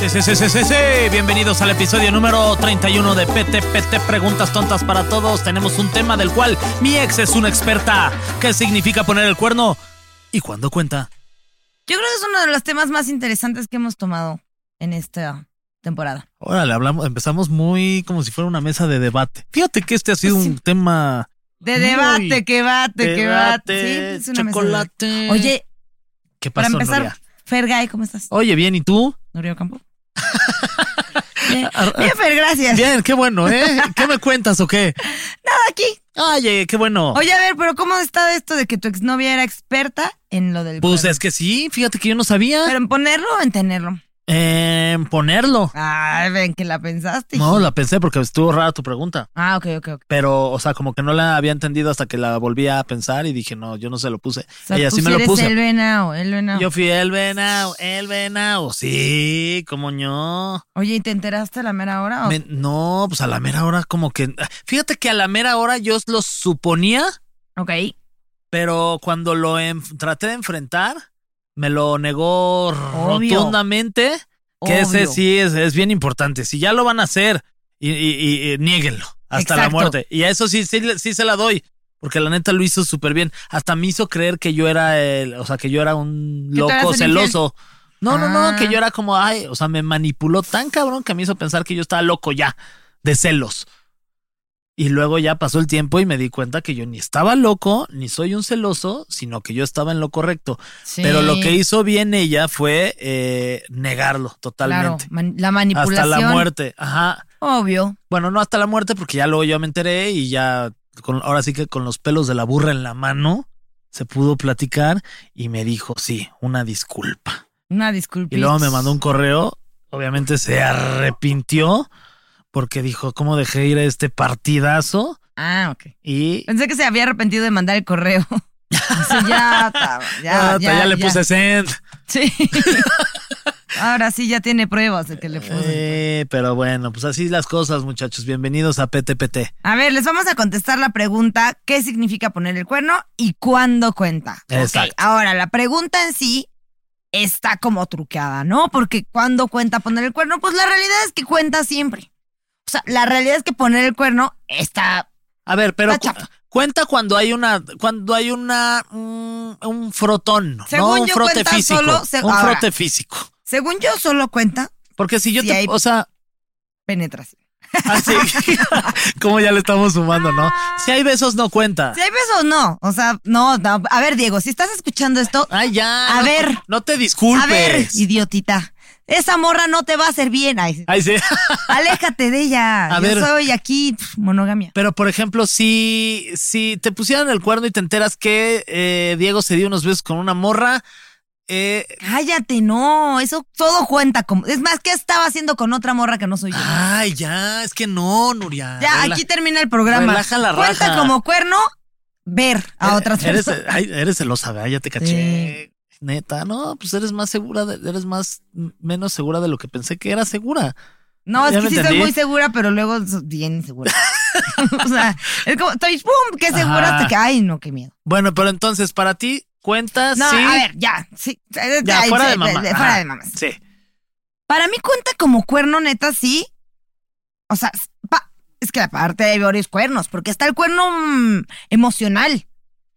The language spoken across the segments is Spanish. Sí, sí, sí, sí, sí, sí. Bienvenidos al episodio número 31 de PTPT Preguntas Tontas para Todos. Tenemos un tema del cual mi ex es una experta. ¿Qué significa poner el cuerno? ¿Y cuándo cuenta? Yo creo que es uno de los temas más interesantes que hemos tomado en esta temporada. Órale, hablamos, empezamos muy como si fuera una mesa de debate. Fíjate que este ha sido Pues un tema. De Muy debate, que bate, que bate. Sí, debate, es una mesa de debate. chocolate. Oye, ¿qué para pasó, empezar, Nuria? Fergay, ¿cómo estás? Oye, bien, ¿y tú? Nuria Campo. bien, bien, Fer, gracias. Bien, qué bueno, ¿eh? ¿Qué me cuentas o qué? Nada aquí. Oye, qué bueno. Oye, a ver, pero ¿cómo está esto de que tu exnovia era experta en lo del pues cuerno? es que sí, fíjate que yo no sabía ¿Pero en ponerlo o en tenerlo? em, ponerlo. Ay, ven que la pensaste. No, la pensé porque estuvo rara tu pregunta. Ah, ok, ok, ok. Pero, o sea, como que no la había entendido hasta que la volví a pensar y dije, no, yo no se lo puse. O sea, Ella tú sí me lo eres puso. el venao, el venao. Yo fui el venao, el venao. Sí, como no. Oye, ¿y te enteraste a la mera hora? o- Me- no, pues a la mera hora como que... Fíjate que a la mera hora yo lo suponía, Ok. pero cuando lo enf- traté de enfrentar, me lo negó Obvio. rotundamente. Que ese obvio. sí es, es bien importante. Si ya lo van a hacer, y, y- y- y niéguenlo hasta la Exacto. muerte. Y a eso sí, sí, le- sí se la doy. Porque la neta lo hizo súper bien. Hasta me hizo creer que yo era el, o sea, que yo era un Que tú eras loco un celoso. No, no, no, que Ah. yo era como, ay, o sea, me manipuló tan cabrón que me hizo pensar que yo estaba loco ya, de celos. Y luego ya pasó el tiempo y me di cuenta que yo ni estaba loco, ni soy un celoso, sino que yo estaba en lo correcto. Sí. Pero lo que hizo bien ella fue eh, negarlo Claro, totalmente. man- la hasta manipulación. la muerte. Ajá. Obvio. Bueno, no hasta la muerte, porque ya luego yo me enteré y ya, con, ahora sí que con los pelos de la burra en la mano, se pudo platicar y me dijo, sí, una disculpa. Una disculpa. Y luego me mandó un correo, obviamente se arrepintió, porque dijo, ¿cómo dejé ir a este partidazo? Ah, ok. Y Pensé que se había arrepentido de mandar el correo. Dice, ya, ta- ya, Ah, ta, ya, ya le puse send. Sí. Ahora sí ya tiene pruebas de que le puse. Eh, pero bueno, pues así las cosas, muchachos. Bienvenidos a PTPT. A ver, les vamos a contestar la pregunta, ¿qué significa poner el cuerno y cuándo cuenta? Ok, Exacto. Ahora, la pregunta en sí está como truqueada, ¿no? Porque ¿cuándo cuenta poner el cuerno? Pues la realidad es que cuenta siempre. O sea, la realidad es que poner el cuerno está... A ver, pero Está cu- chafa. cuenta cuando hay una, cuando hay una, mm, un frotón, Según no un yo, frote cuenta físico, solo se- un ahora. frote físico. Según yo, solo cuenta Porque si yo Si te, hay- o sea, penetración. así, como ya le estamos sumando, ¿no? Ah. Si hay besos no cuenta. Si hay besos, no. O sea, no, no. A ver, Diego, si estás escuchando esto, Ay ya. A no- ver. no te a ver, disculpes. idiotita. Esa morra no te va a hacer bien. Ay, Ay sí. aléjate de ella. A Yo ver. soy aquí pf, monogamia. Pero por ejemplo, si si te pusieran el cuerno y te enteras que eh, Diego se dio unos besos con una morra, eh, Cállate, no. Eso todo cuenta como. Es más, ¿qué estaba haciendo con otra morra que no soy yo? ay ya, es que no, Nuria. ya, Rela- aquí termina el programa. relaja la cuenta raja. Eh, como cuerno, ver a otras eres, personas. ay, eres celosa, ¿verdad? Ya te caché. Neta, no, pues eres más segura, de- eres más menos segura de lo que pensé que era segura. No, es ya que me sí soy entendí. muy segura, pero luego so- bien segura. o sea, es como, estoy, ¡pum! ¡Qué segura! Ajá. Hasta que, ay, no, qué miedo. Bueno, pero entonces, para ti, cuentas. No, sí, a ver, ya, sí. ya, Ay, fuera sí, de mamá. fuera ajá, de mamás. Sí. Para mí cuenta como cuerno, neta, sí. O sea, s- pa- es que aparte hay varios cuernos, porque está el cuerno mm, emocional.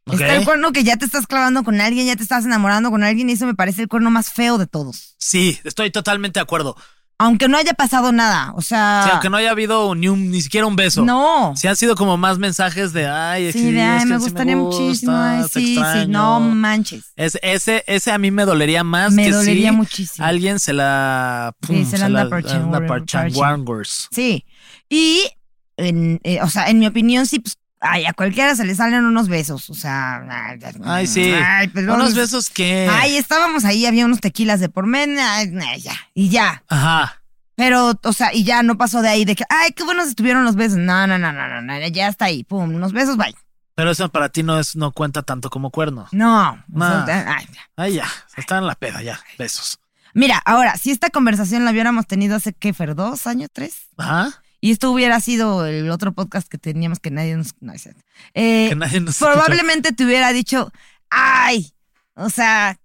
Está Ok. el cuerno que ya te estás clavando con alguien, ya te estás enamorando con alguien, y eso me parece el cuerno más feo de todos. Sí, estoy totalmente de acuerdo. Aunque no haya pasado nada. O sea. Sí, aunque no haya habido ni, un, ni siquiera un beso. Ah. No. Sí, han sido como más mensajes de, ay, Sí, de, es ay, que me sí gustaría gusta, muchísimo. Ay, te sí, sí, extraño". no manches. Es, ese, ese a mí me dolería más Me que dolería si muchísimo. alguien se la... Sí, se la anda parchangüe- parchanguangors. Sí. Y, en, eh, o sea, en mi opinión, sí, pues, ay, a cualquiera se le salen unos besos. O sea, ay, Ay, sí. ay, pues, Unos vamos- besos que... Ay, estábamos ahí, había unos tequilas de por medio, ay, ay, ya, y ya. Ajá. Pero, o sea, y ya no pasó de ahí de que, ay, qué buenos estuvieron los besos. No, no, no, no, no, no, ya está ahí, pum, unos besos, bye. Pero eso para ti no, es, no cuenta tanto como cuerno. No. o Ma. sea, ay, ya. Ay, ya. Están en la peda, ya. Besos. Mira, ahora, si esta conversación la hubiéramos tenido hace, ¿qué, Fer? ¿Dos años? ¿Tres? Ajá. Y esto hubiera sido el otro podcast que teníamos que nadie nos... No, es cierto. Eh, Que nadie nos escuchó. probablemente te hubiera dicho, ay, o sea,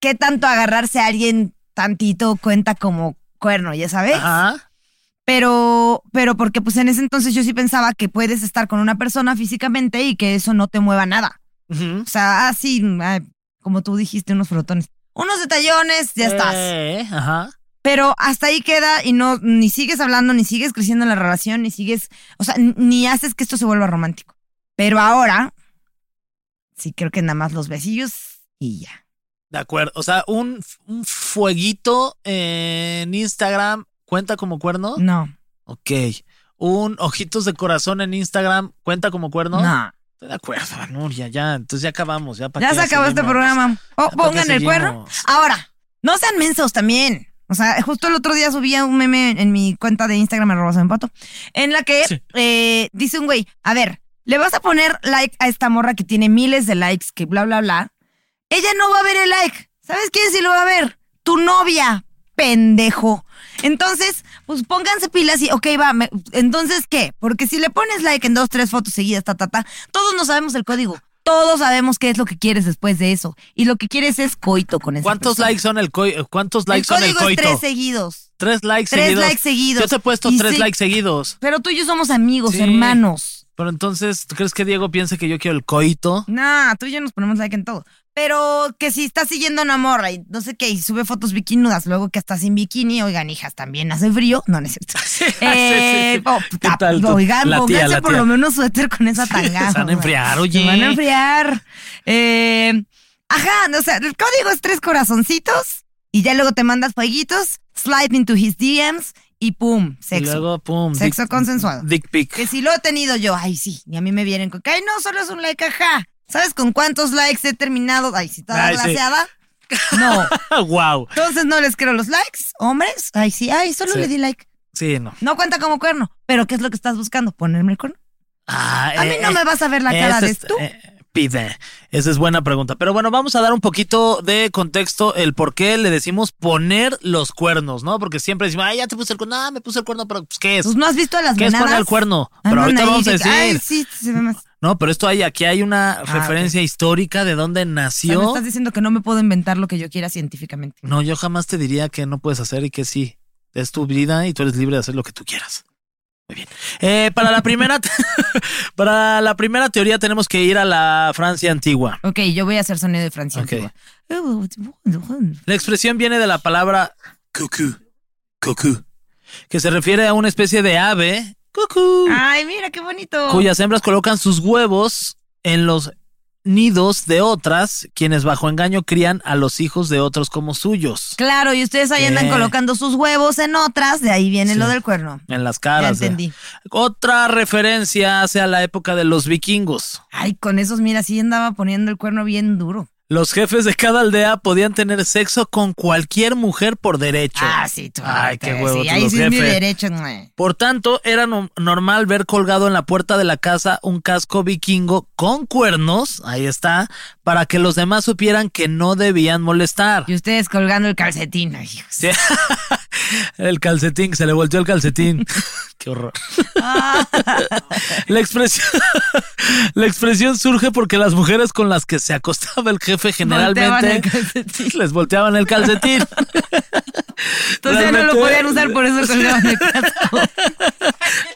¿qué tanto agarrarse a alguien tantito cuenta como cuerno, ya sabes? Ajá. Pero, pero porque pues en ese entonces yo sí pensaba que puedes estar con una persona físicamente y que eso no te mueva nada. Ujú. O sea, así, ay, como tú dijiste, unos frotones. Unos detallones, ya estás. Eh, ajá. Pero hasta ahí queda y no, ni sigues hablando, ni sigues creciendo en la relación, ni sigues, o sea, n- ni haces que esto se vuelva romántico. Pero ahora, sí creo que nada más los besillos y ya. De acuerdo. O sea, un, un fueguito en Instagram cuenta como cuerno. No, Ok. Un ojitos de corazón en Instagram cuenta como cuerno. no. Estoy de acuerdo, Nuria, ya. Entonces ya acabamos. Ya, ¿para Ya qué se acabó este seguimos? programa. Oh, ¿Para pongan qué el cuerno. seguimos? Ahora, no sean mensos también. O sea, justo el otro día subía un meme en mi cuenta de Instagram, arroba soy un pato, en la que Sí. eh, dice un güey, a ver, le vas a poner like a esta morra que tiene miles de likes, que bla, bla, bla. Ella no va a ver el like. ¿Sabes quién sí lo va a ver? Tu novia, pendejo. Entonces, pues pónganse pilas y, ok, va, me- entonces, ¿qué? Porque si le pones like en dos, tres fotos seguidas, ta, ta, ta, todos no sabemos el código. Todos sabemos qué es lo que quieres después de eso. Y lo que quieres es coito con esa ¿Cuántos persona. likes son el coito? ¿Cuántos El likes son el código es coito? tres seguidos. Tres likes Tres seguidos. likes seguidos. Yo te he puesto Y tres sí. likes seguidos. Pero tú y yo somos amigos, Sí. hermanos. Pero entonces, ¿tú crees que Diego piense que yo quiero el coito? Nah, tú y yo nos ponemos like en todo. Pero que si estás siguiendo a una morra y no sé qué, y sube fotos bikinudas, luego que estás sin bikini, oigan, hijas, también hace frío. No, no es cierto. Eh, sí, sí. oh, ¿Qué ta- tal tú? Oigan, La tía, pónganse la por tía. lo menos suéter con esa Sí, tanga. se van a joder. enfriar, oye. Se van a enfriar. Eh, ajá, o sea, el código es tres corazoncitos y ya luego te mandas fueguitos, slide into his DMs y pum, Y sexo. luego, pum. Sexo consensuado. Dick pic. Que si lo he tenido yo, ay sí, y a mí me vienen con que, ay no, solo es un like, ajá. ¿Sabes con cuántos likes he terminado? Ay, si toda Ay, sí. glaseada. No. wow. Entonces no les creo los likes, hombres. Ay, sí, ay, solo Sí. le di like. Sí, no. No cuenta como cuerno. Pero ¿qué es lo que estás buscando? ¿Ponerme el cuerno? Ah, A mí eh, no me vas a ver la cara esa de es- tú. eh, pide. Esa es buena pregunta. Pero bueno, vamos a dar un poquito de contexto el por qué le decimos poner los cuernos, ¿no? Porque siempre decimos, ay, ya te puse el cuerno, ah, me puse el cuerno, pero pues, ¿qué es? Pues no has visto a las ¿Qué es venadas. poner el cuerno? Andan Pero ahorita ahí vamos a de que, Ay, decir. sí, se ve más. No, pero esto hay, aquí hay una referencia histórica de dónde O sea, nació. Ah, me estás diciendo que no me puedo inventar lo que yo quiera científicamente. No, yo jamás te diría que no puedes hacer y que sí. Es tu vida y tú eres libre de hacer lo que tú quieras. Muy bien. Eh, para la primera, para la primera teoría tenemos que ir a la Francia antigua. Ok, yo voy a hacer sonido de Francia. Ok. antigua. La expresión viene de la palabra cucú, cucú, que se refiere a una especie de ave cucú, Ay, mira, qué bonito. cuyas hembras colocan sus huevos en los nidos de otras, quienes bajo engaño crían a los hijos de otros como suyos. Claro, y ustedes ahí andan ¿Qué? colocando sus huevos en otras, de ahí viene Sí. lo del cuerno. En las Ya caras. de- entendí. Otra referencia hace a la época de los vikingos. Ay, con esos, mira, sí andaba poniendo el cuerno bien duro. Los jefes de cada aldea podían tener sexo con cualquier mujer por derecho. Ah, sí, tú. Ay, qué sí, huevo. tú, ahí los sí es mi jefes. derecho. mue. Por tanto, era no- normal ver colgado en la puerta de la casa un casco vikingo con cuernos, ahí está, para que los demás supieran que no debían molestar. Y ustedes colgando el calcetín, ay, hijos. Sí. El calcetín, se le volteó el calcetín. Qué horror. Ah, La expresión, la expresión surge porque las mujeres con las que se acostaba el jefe volteaban el generalmente calcetín. les volteaban el calcetín. Entonces ya no lo Realmente- podían usar, por eso colgaban el calcetín.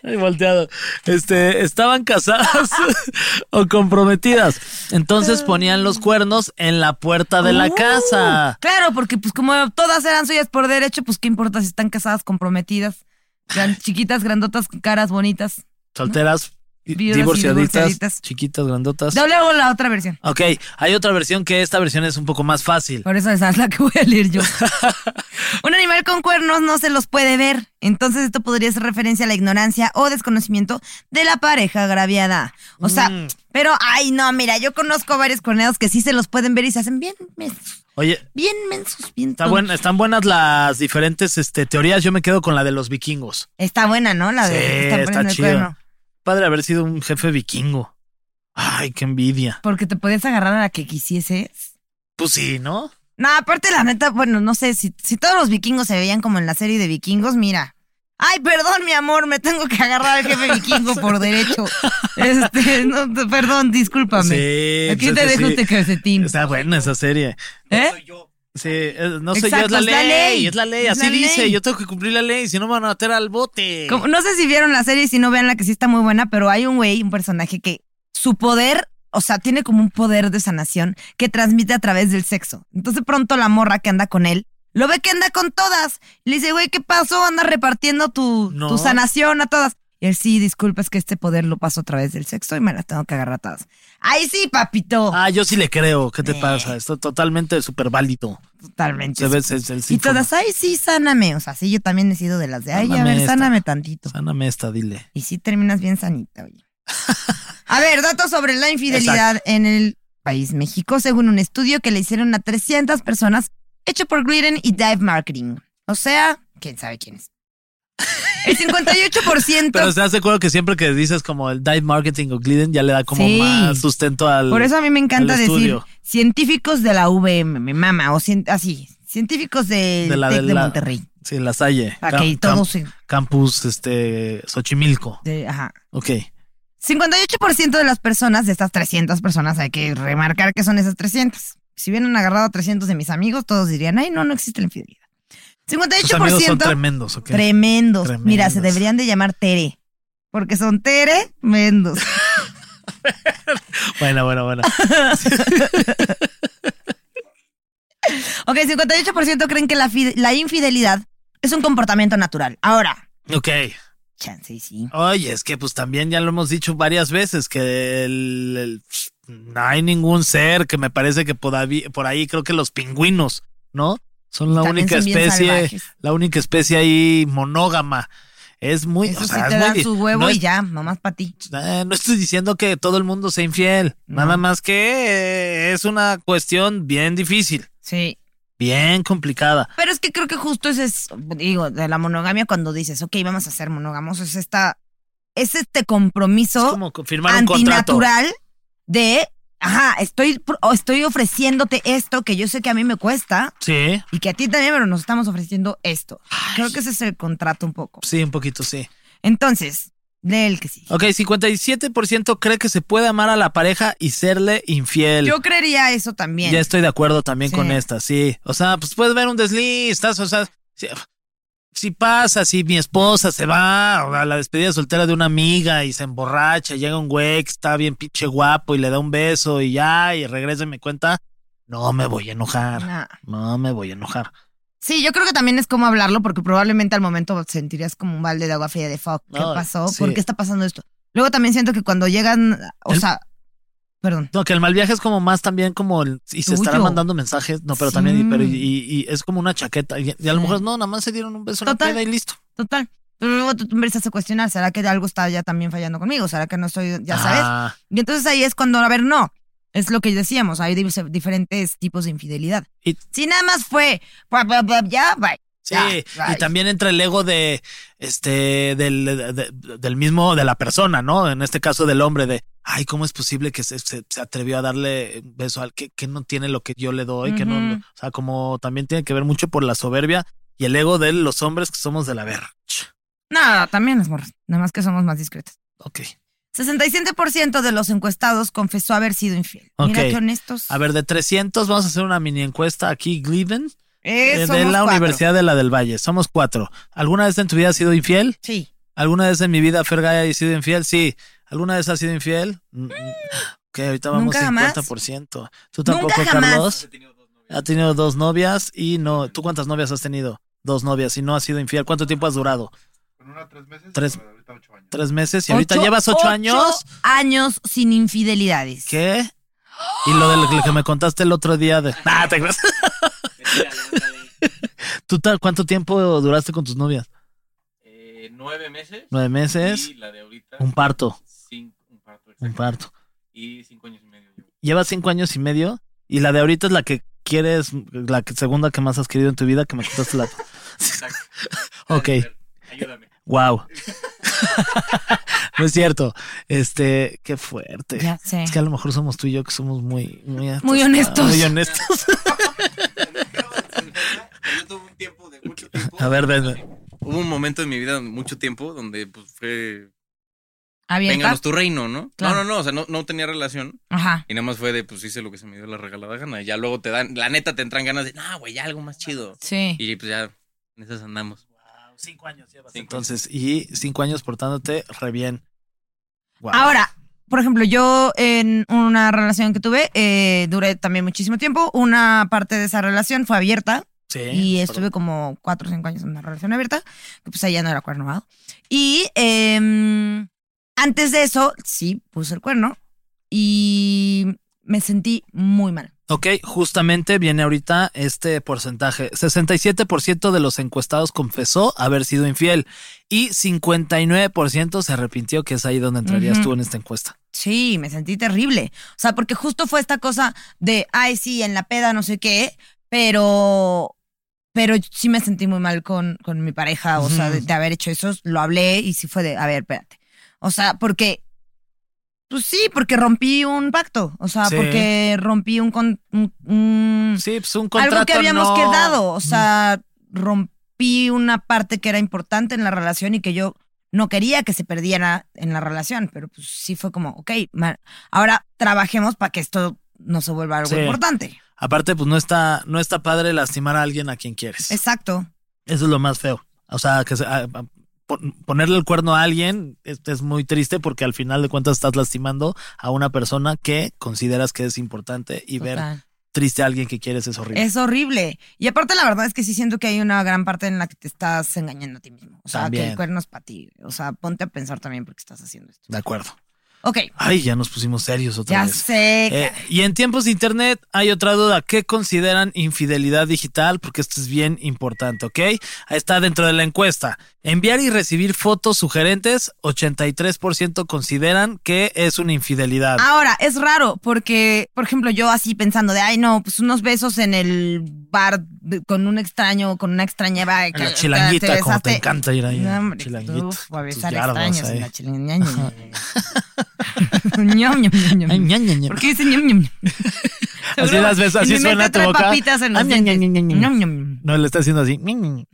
Ay, volteado. Este, estaban casadas o comprometidas. Entonces Ah. ponían los cuernos en la puerta de la Uh, casa. Claro, porque pues como todas eran suyas por derecho, pues qué importa si están casadas, comprometidas, gran- chiquitas, grandotas, con caras bonitas. Solteras, di- Viudas y divorciaditas, divorciaditas. chiquitas, grandotas. Ya luego la otra versión. Ok, hay otra versión que esta versión es un poco más fácil. Por eso esa es la que voy a leer yo. Un animal con cuernos no se los puede ver. Entonces esto podría ser referencia a la ignorancia o desconocimiento de la pareja agraviada. O sea, Mm. pero ay no, mira, yo conozco varios cuerneados que sí se los pueden ver y se hacen bien mensos, Oye, bien mensos, bien está tontos. buena- están buenas las diferentes este, teorías. Yo me quedo con la de los vikingos. Está buena, ¿no? La de sí, estar está poniendo el cuerno. chido. Padre haber sido un jefe vikingo. Ay, qué envidia. Porque te podías agarrar a la que quisieses. Pues sí, ¿no? No, aparte la neta, bueno, no sé, si, si todos los vikingos se veían como en la serie de vikingos, mira. Ay, perdón, mi amor, me tengo que agarrar al jefe vikingo por derecho. Este, no, te- perdón, discúlpame. Sí, Ah, Aquí pues te es que dejo sí. este calcetín. Está buena esa serie. ¿Eh? Sí, es- no sé, yo es Exacto, la es la ley, ley. es la ley, Es así la dice, ley. yo tengo que cumplir la ley, si no me van a meter al bote. Como- no sé si vieron la serie y si no vean la que sí está muy buena, pero hay un güey, un personaje que su poder, o sea, tiene como un poder de sanación que transmite a través del sexo. Entonces pronto la morra que anda con él lo ve que anda con todas. Le dice, güey, ¿qué pasó? Anda repartiendo tu, No. tu sanación a todas. Y él sí, disculpa, es que este poder lo paso a través del sexo y me las tengo que agarrar a todas. Ahí sí, papito. Ah, yo sí le creo, ¿qué te Eh. pasa? Está totalmente súper válido. Totalmente. Se ve el, el y sínforo. todas, ay, sí, sáname. O sea, sí, yo también he sido de las de, ay, a Sáname ver, esta. sáname tantito. Sáname esta, dile. Y sí terminas bien sanita, oye. A ver, datos sobre la infidelidad en el país México, según un estudio que le hicieron a 300 personas, hecho por Griden y Dive Marketing. O sea, quién sabe quién es. El 58%. Pero ¿estás de acuerdo que siempre que dices como el dive marketing o Gliden ya le da como Sí. más sustento al... por eso a mí me encanta al decir estudio. científicos de la UVM, mi mamá, o cien- así, científicos del De la- TEC de de, la- Monterrey. Sí, la Salle. Para que Cam- todos... cam- se- campus, este, Xochimilco. de- ajá. Ok. 58% de las personas, de estas 300 personas, hay que remarcar que son esas 300. Si hubieran agarrado a 300 de mis amigos, todos dirían, ay, no, no existe la infidelidad. Tus amigos son 58% tremendos, ok. tremendos. Tremendos. Mira, se deberían de llamar Tere, porque son tremendos. Bueno, bueno, bueno. ok, 58% creen que la, fi- la infidelidad es un comportamiento natural. Ahora, Ok. chance, y sí. Oye, es que pues también ya lo hemos dicho varias veces que el- el- no hay ningún ser que me parece que por ahí, por ahí creo que los pingüinos, ¿no? Son la También única son bien especie, salvajes. la única especie ahí monógama. Es muy, Eso o sí sea, es te muy dan di- su huevo no y es- ya, mamás para ti. eh, no estoy diciendo que todo el mundo sea infiel, No. nada más que eh, es una cuestión bien difícil, Sí. bien complicada. Pero es que creo que justo ese es, digo, de la monogamia cuando dices, ok, vamos a ser monógamos, es esta, es este Es compromiso como firmar un contrato. antinatural de, ajá, estoy, pro- o estoy ofreciéndote esto que yo sé que a mí me cuesta Sí, y que a ti también, pero nos estamos ofreciendo esto. Creo que ese es el contrato un poco. sí, un poquito, sí. Entonces, lee el que sí. Ok, 57% cree que se puede amar a la pareja y serle infiel. Yo creería eso también. ya estoy de acuerdo también Sí. con esta, sí. O sea, pues puedes ver un desliz, estás, o sea, si, si pasa, si mi esposa se va o a la despedida soltera de una amiga y se emborracha, llega un güey que está bien pinche guapo y le da un beso y ya, y regresa y me cuenta, no me voy a enojar, Nah. no me voy a enojar. Sí, yo creo que también es como hablarlo, porque probablemente al momento sentirías como un balde de agua fría de fuck. ¿Qué Ay, pasó? sí. ¿Por qué está pasando esto? Luego también siento que cuando llegan, o El- sea, perdón. No, que el mal viaje es como más también como el- y se Tuyo. estará mandando mensajes, no, pero Sí. también y- pero y, y- y es como una chaqueta y, y a lo Sí. mejor no, nada más se dieron un beso en la Total. peda y listo. Total. Pero luego tú te empiezas a cuestionar, ¿será que algo está ya también fallando conmigo? ¿Será que no estoy, ya sabes? Ah, Y entonces ahí es cuando, a ver, no. Es lo que decíamos, hay div- diferentes tipos de infidelidad. Y- Si nada más fue, pa, pa, pa, ya, bye. Sí, Ya, y bye. también entra el ego de este del, de- del mismo de la persona, ¿no? En este caso del hombre de ay, ¿cómo es posible que se, se- se atrevió a darle un beso al que, que no tiene lo que yo le doy? Que no, Ujú. o sea, como también tiene que ver mucho por la soberbia y el ego de los hombres que somos de la verga. Nada, también es morras. Nada más que somos más discretos. Ok. 67% de los encuestados confesó haber sido infiel. Mira Ok. qué honestos. A ver, de 300 vamos a hacer una mini encuesta aquí, Gliven, Eh, eh, de somos la cuatro. Universidad de la del Valle. Somos cuatro. ¿Alguna vez en tu vida has sido infiel? Sí. ¿Alguna vez en mi vida Fergay ha sido infiel? Sí. ¿Alguna vez has sido infiel? Que ahorita vamos Nunca jamás. 50%. ¿Tú tampoco, Nunca jamás. Carlos? Ha tenido dos novias y no. ¿Tú cuántas novias has tenido? Dos novias y no has sido infiel. ¿Cuánto tiempo has durado? Con una tres meses. Tres- y con la de ahorita ocho años. Tres meses y ahorita Ocho- llevas ocho, ocho años. años sin infidelidades. ¿Qué? Y lo del lo que me contaste el otro día de. Ah, te creas. ¿Tú tal- cuánto tiempo duraste con tus novias? Eh, nueve meses. ¿Nueve meses? Y la de ahorita. Un parto. cinco- un parto, Un exacto. parto. Y cinco años y medio. yo. Llevas cinco años y medio y la de ahorita es la que quieres, la que- segunda que más has querido en tu vida, que me contaste la. Exacto. Ok, Ayúdame. wow. no es cierto. Este, qué fuerte. Ya sé. Es que a lo mejor somos tú y yo que somos muy, muy, Muy honestos. Muy honestos. Yo tuve un tiempo de mucho tiempo. A ver, ven. Hubo un momento en mi vida, mucho tiempo, donde pues fue. Abierta. Vénganos tu reino, ¿no? Claro. No, no, no. O sea, no, no tenía relación. Ajá. Y nada más fue de, pues hice lo que se me dio la regalada gana. Y ya luego te dan, la neta te entran ganas de, no, güey, ya algo más chido. Sí. Y pues ya, en esas andamos. Ah, Cinco años llevas. Cinco Entonces, y cinco años portándote re bien. Wow. Ahora, por ejemplo, yo en una relación que tuve, eh, duré también muchísimo tiempo. Una parte de esa relación fue abierta. Sí, Y por- estuve como cuatro o cinco años en una relación abierta, que pues allá no era cuerno, ¿verdad? Y em, antes de eso, sí, puse el cuerno y me sentí muy mal. Ok, justamente viene ahorita este porcentaje. 67% de los encuestados confesó haber sido infiel y 59% se arrepintió, que es ahí donde entrarías Ujú. tú en esta encuesta. Sí, me sentí terrible. O sea, porque justo fue esta cosa de, ay, sí, en la peda, no sé qué, pero, pero sí me sentí muy mal con, con mi pareja, o sea, de, de haber hecho eso, lo hablé y sí fue de, a ver, espérate. O sea, porque, pues sí, porque rompí un pacto, o sea, Sí. porque rompí un, con- un- un- Sí, pues un contrato. Mm. algo que habíamos no- quedado, o sea, rompí una parte que era importante en la relación y que yo no quería que se perdiera en la relación, pero pues sí fue como, ok, ma- ahora trabajemos para que esto no se vuelva algo Sí. importante. Aparte, pues no está, no está padre lastimar a alguien a quien quieres. Exacto. Eso es lo más feo. O sea, que se- a- a- pon- ponerle el cuerno a alguien es, es muy triste porque al final de cuentas estás lastimando a una persona que consideras que es importante y ver Total. triste a alguien que quieres es horrible. Es horrible. Y aparte, la verdad es que sí siento que hay una gran parte en la que te estás engañando a ti mismo. O sea, que También. el cuerno es para ti. O sea, ponte a pensar también por qué estás haciendo esto. De acuerdo. Ok, Ay, ya nos pusimos serios otra ya vez. sé. Eh, y en tiempos de internet hay otra duda. ¿Qué consideran infidelidad digital? Porque esto es bien importante, ¿ok? Ahí está dentro de la encuesta. Enviar y recibir fotos sugerentes, 83% consideran que es una infidelidad. Ahora, es raro porque, por ejemplo, yo así pensando de, ay, no, pues unos besos en el bar de- con un extraño, con una extraña. va, que- la chilanguita, besaste. como te encanta ir ahí. en No, hombre, chilanguita, uf, tus a besar yardas eh. extraños ahí. en la chilanguita. ñam, ñam, ñam, ñam. Ay, ña, ña, ña. ¿Por qué dice ñam, ñam, ñam? Así Seguro las ves, en así mi suena mente tu trae boca. papitas en los Ay, ña, ña, dientes. ña, ña, ña. Ñam, ñam, ñam. No, le está haciendo así. Ña, ña, ña.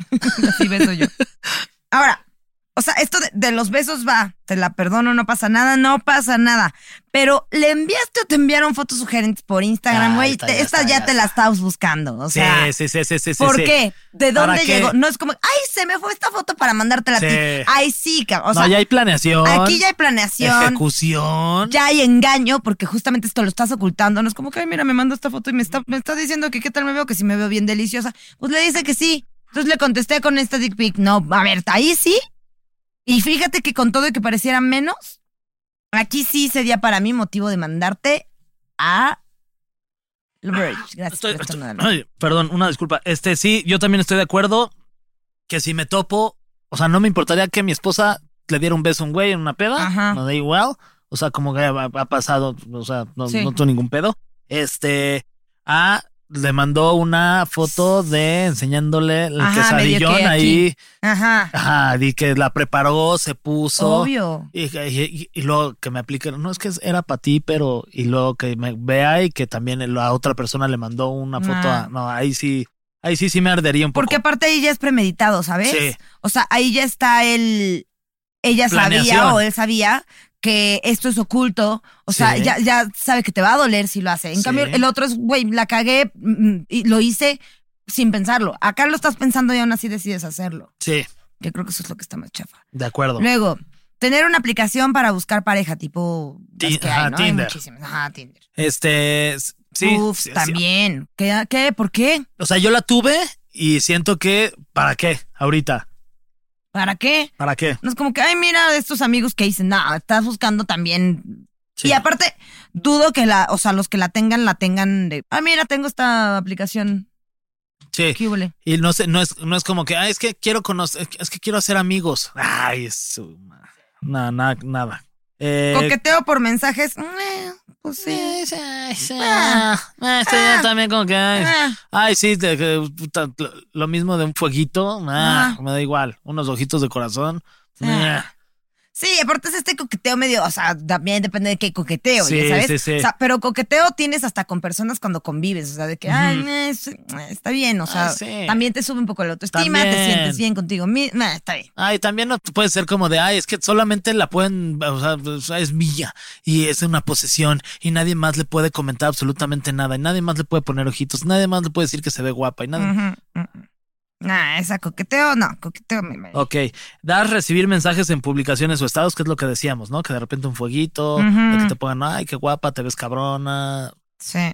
Así beso yo. Ahora, o sea, esto de, de los besos va, te la perdono, no pasa nada, no pasa nada. Pero le enviaste o te enviaron fotos sugerentes por Instagram, Ah, güey, esta te- ya esta está, ya, ya te la estabas buscando. O Sí, sea, sí, sí, sí, sí, sí, ¿por sí. qué? ¿De ¿Para dónde qué? llegó? No es como, ay, se me fue esta foto para mandártela Sí. a ti. Ay, sí, cabrón. O No, sea, ya hay planeación. aquí ya hay planeación. Ejecución. Ya hay engaño porque justamente esto lo estás ocultando. No es como que, ay, mira, me manda esta foto y me está, me está diciendo que qué tal me veo, que si me veo bien deliciosa. Pues le dice que sí. Entonces le contesté con esta dick pic. No, a ver, ahí sí. Y fíjate que con todo y que pareciera menos, aquí sí sería para mí motivo de mandarte a... la verge. Gracias Ah, Estoy- por estoy- estornudarme. ay, perdón, una disculpa. Este sí, yo también estoy de acuerdo que si me topo, o sea, no me importaría que mi esposa le diera un beso a un güey en una peda, Ajá. no da igual. O sea, como que ha, ha pasado, o sea, no, Sí. no tuvo ningún pedo. Este, a le mandó una foto de enseñándole el Ajá, medio que quesadillón ahí. Ajá. Ajá, di que la preparó, se puso. Obvio. Y, y- y- y luego que me apliquen, no es que era para ti, pero y luego que me vea y que también la otra persona le mandó una foto Ah. a, no, ahí sí, ahí sí sí me ardería un poco. Porque aparte ahí ya es premeditado, ¿sabes? Sí. O sea, ahí ya está el. Ella Planeación. sabía o él sabía que esto es oculto. O Sí. sea, ya, ya sabe que te va a doler si lo hace. En Sí. cambio, el otro es, güey, la cagué mm, y lo hice sin pensarlo. Acá lo estás pensando y aún así decides hacerlo. Sí, Yo creo que eso es lo que está más chafa. De acuerdo. Luego, tener una aplicación para buscar pareja, tipo las Ti- que ajá, hay, ¿no? Hay Tinder. muchísimas. Ajá, Tinder. Este, s- sí. Uf, sí, sí. también. ¿Qué, ¿Qué? ¿Por qué? O sea, yo la tuve y siento que, ¿para qué? Ahorita, ¿Para qué? ¿para qué? No es como que, ay, mira, de estos amigos que dicen, no, estás buscando también. Sí. Y aparte, dudo que la, o sea, los que la tengan, la tengan de, ah, mira, tengo esta aplicación. Sí. ¿Qué huele? Y no sé, no es, no es como que, "Ay, es que quiero conocer, es que quiero hacer amigos. Ay, su madre. No, nada, nada. Eh, Coqueteo por mensajes. eh, pues sí. sí, sí. Ah. Ah, estoy yo Ah. también como que, ay, Ah. ay, sí, de que, puta, lo, lo mismo de un fueguito, ah, Ah. me da igual, unos ojitos de corazón. Ah. ah. Sí, aparte es este coqueteo medio, o sea, también depende de qué coqueteo, Sí, ya sabes. sí, sí. O sea, pero coqueteo tienes hasta con personas cuando convives, o sea, de que, ay, eh, sí, eh, está bien, o sea, Ah, sí. también te sube un poco la autoestima, te También. sientes bien contigo misma, está bien. Ay, también no puede ser como de, ay, es que solamente la pueden, o sea, o sea, es mía y es una posesión y nadie más le puede comentar absolutamente nada y nadie más le puede poner ojitos, nadie más le puede decir que se ve guapa y nada. Ujú, ujú. Nah, esa coqueteo, no, coqueteo me- me- Ok, dar, recibir mensajes en publicaciones o estados, que es lo que decíamos, ¿no? Que de repente un fueguito, Ujú. de que te pongan, ay, qué guapa, te ves cabrona, Sí.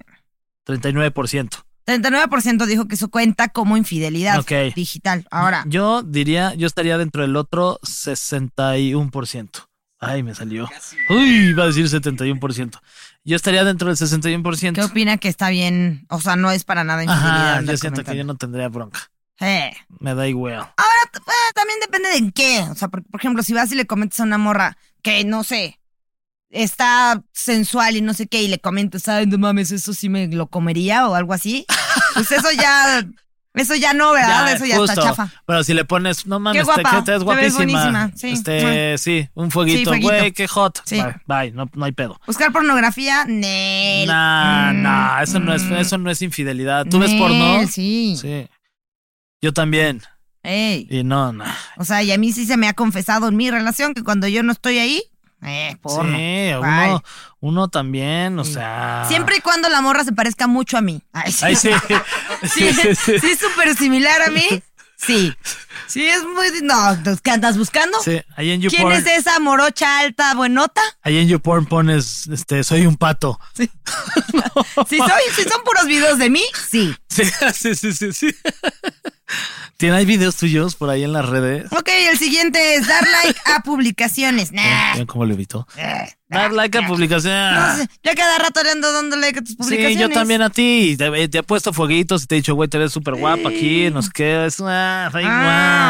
39%. 39% dijo que eso cuenta como infidelidad Ok. digital. Ahora, Yo diría, yo estaría dentro del otro 61%. Ay, me salió. Uy, iba a decir 71%. Yo estaría dentro del 61%. ¿qué opina que está bien? O sea, no es para nada infidelidad. Ajá, andar yo siento que yo comentando. no tendría bronca. Eh. Me da igual. Ahora, t- eh, también depende de en qué. O sea, por, por ejemplo, si vas y le comentas a una morra que, no sé, está sensual y no sé qué, y le comentas, ay, no mames, eso sí me lo comería o algo así, pues eso ya, eso ya no, ¿verdad? eso ya justo. está chafa. Pero si le pones, no mames, te, guapa, que te ves te ves guapísima. buenísima, sí. Este, sí, un Sí, fueguito, fueguito. güey, qué hot. Sí. Bye, bye, no, no hay pedo. Buscar pornografía, Nel. Nah, Mm, nah, eso no es, mm. eso no es infidelidad. ¿Tú ves Nel, porno? Sí. Sí. Yo también. Ey. Y no, no. O sea, y a mí sí se me ha confesado en mi relación que cuando yo no estoy ahí, eh, porno. Sí, Bye. uno, uno también, o Sí. sea. Siempre y cuando la morra se parezca mucho a mí. Ay, sí. Ay, sí. Sí, sí es súper similar a mí. Sí. Sí, es muy. No, entonces, ¿qué andas buscando? Sí, ahí en ¿Quién YouPorn, es esa morocha alta buenota? ahí en YouPorn pones, este, soy un pato. Si, soy, si son puros videos de mí, sí. Sí, sí, sí, sí, sí. ¿Tiene hay videos tuyos por ahí en las redes? Ok, el siguiente es dar like a publicaciones. Nah. Vean cómo lo evitó. Eh, Dar like a no publicación. sé, yo a cada rato le ando dando like a tus publicaciones. Sí, yo también a ti. Te, eh, te he puesto fueguitos y te he dicho, güey, te ves súper guapa aquí, nos quedas. Ah, da Ah, a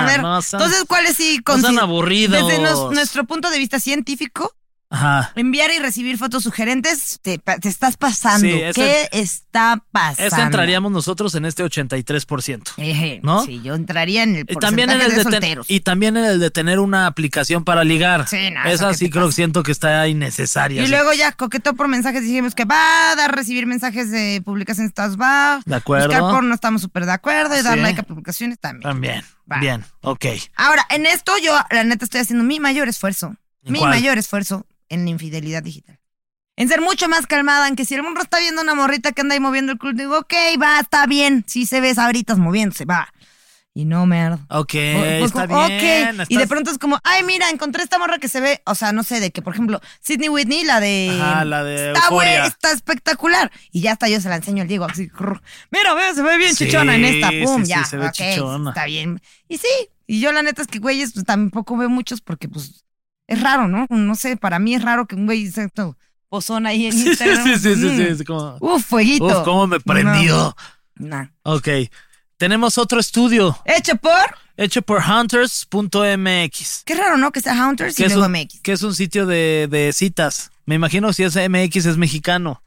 igual, ver, no sean- entonces, ¿cuáles sí no sean consi- aburridos. Desde nos- nuestro punto de vista científico, Ajá. enviar y recibir fotos sugerentes, te, pa- te estás pasando. Sí, ese- ¿Qué está pasando? Ese entraríamos nosotros en este 83%. Eje, ¿no? Sí, yo entraría en el Y porcentaje también, en el de, de ten- solteros. y también en el de tener una aplicación para ligar. Sí, no, eso Esa qué sí te creo pasa. que siento que está innecesaria. Y sí. luego ya coquetó por mensajes, dijimos que va a dar recibir mensajes de publicaciones, estás va. De acuerdo. Buscar porno estamos súper de acuerdo y dar Sí. like a publicaciones también. También. Va. Bien, ok. Ahora, en esto yo, la neta, estoy haciendo mi mayor esfuerzo. ¿En Mi cuál? mayor esfuerzo en la infidelidad digital. En ser mucho más calmada, en que si el mundo está viendo una morrita que anda ahí moviendo el culo, digo, ok, va, está bien. Si se ves ahorita moviéndose, va. Y no me ardo. Ok, O- Eh, está como, bien. ok. Y de estás- pronto es como, ay, mira, encontré esta morra que se ve, o sea, no sé, de que, por ejemplo, Sidney Whitney, la de. Ajá, la de eh, Está güey, Euphoria. está espectacular. Y ya está, yo se la enseño al Diego, así, crr, mira, ve, se ve bien Sí, chichona en esta, sí, pum, sí, ya. se ve ok, chichona. Está bien. Y sí, y yo la neta es que güeyes, pues tampoco veo muchos porque, pues, es raro, ¿no? No sé, para mí es raro que un güey se no, pozón ahí en Sí, sí, Instagram. sí, sí, sí, Mm. sí, es como- Uf, fueguito. Uf, cómo me prendió. Nah. Ok. Tenemos otro estudio Hecho por. hecho por hunters.mx. Qué raro, ¿no? Que sea Hunters y Que es, luego un, MX. que es un sitio de, de citas. Me imagino si es MX es mexicano.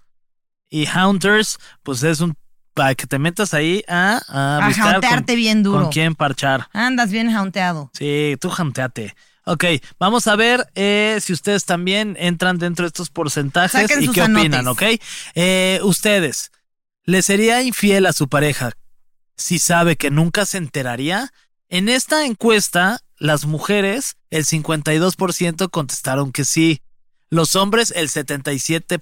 Y Hunters, pues es un. Para que te metas ahí a. A, A buscar jauntearte con, bien duro. con quién parchar. Andas bien jaunteado. Sí, tú janteate. Ok, vamos a ver eh, si ustedes también entran dentro de estos porcentajes Saquen y sus qué opinan, anotes. ¿ok? Eh, ustedes, ¿le sería infiel a su pareja si sabe que nunca se enteraría? En esta encuesta, las mujeres, el 52% contestaron que sí. Los hombres, el 77%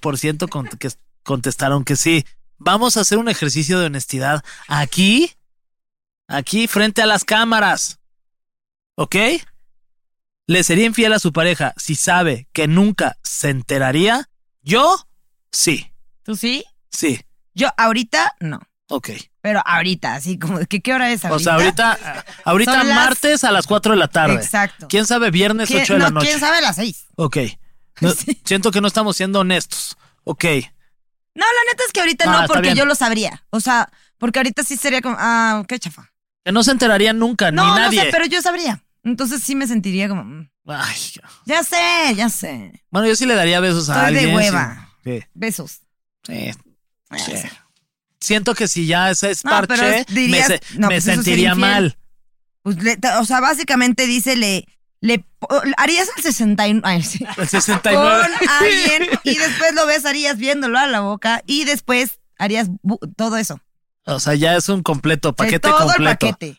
cont- que- contestaron que sí. Vamos a hacer un ejercicio de honestidad aquí, aquí frente a las cámaras. ¿Ok? ¿Le sería infiel a su pareja si sabe que nunca se enteraría? Yo, sí, ¿Tú sí? sí, Yo ahorita no. ok. Pero ahorita, así como, de que ¿qué hora es ahorita? O sea, ahorita, ahorita Son las- martes a las 4 de la tarde. Exacto. ¿Quién sabe viernes ¿Quién- 8 de la no, noche? ¿Quién sabe a las seis? Ok. No, Sí. Siento que no estamos siendo honestos. Ok. No, la neta es que ahorita No, no, está porque bien. yo lo sabría. O sea, porque ahorita sí sería como, ah, qué chafa. Que no se enteraría nunca, No, ni no nadie. sé, pero yo sabría. Entonces sí me sentiría como, mm, Ay, ya sé, ya sé. bueno, yo sí le daría besos a Estoy de alguien. sí. hueva. Sí. Besos. Sí. Sí. Siento que si ya esa es No, parche, pero es- dirías- me, se- no, me pues eso sería sentiría infiel. mal. Pues le- o sea, básicamente dice, le, le po- harías el 69. ay, sí. El Con 69. alguien y después lo besarías viéndolo a la boca y después harías bu- todo eso. O sea, ya es un completo, O sea, paquete todo el completo. paquete.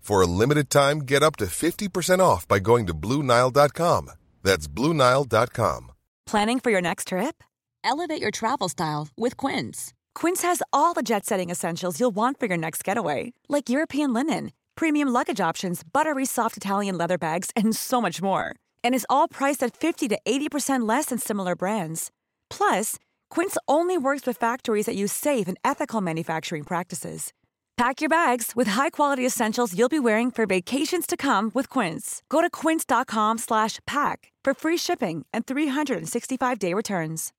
For a limited time, get up to 50% off by going to Blue Nile.com. That's Blue Nile.com. Planning for your next trip? Elevate your travel style with Quince. Quince has all the jet setting essentials you'll want for your next getaway, like European linen, premium luggage options, buttery soft Italian leather bags, and so much more. And is all priced at 50 to 80% less than similar brands. Plus, Quince only works with factories that use safe and ethical manufacturing practices. Pack your bags with high-quality essentials you'll be wearing for vacations to come with Quince. Go to quince.com slash pack for free shipping and 365-day returns.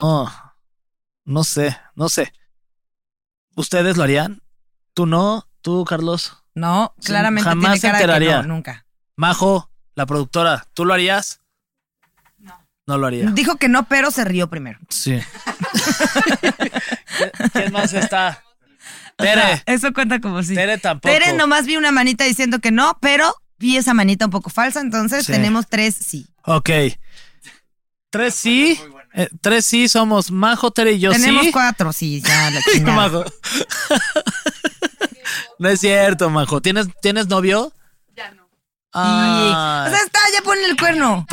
No, no sé, no sé. ¿Ustedes lo harían? ¿Tú no? ¿Tú, Carlos? No, Sí, claramente jamás tiene se cara de que enteraría. no, nunca. Majo, la productora, ¿tú lo harías? No. No lo haría. Dijo que no, pero se rió primero. Sí. ¿Quién más está? Tere. Ah, Eso cuenta como si. Tere tampoco. Tere nomás vi una manita diciendo que no, pero vi esa manita un poco falsa, entonces Sí. tenemos tres sí. Ok. Tres sí. eh, tres sí somos Majo, Tere y yo tenemos sí. cuatro sí, ya la chingada. Majo. no es cierto, Majo. ¿Tienes, ¿tienes novio? Ah, Ya no. Y- o sea, está, ya ponle el cuerno.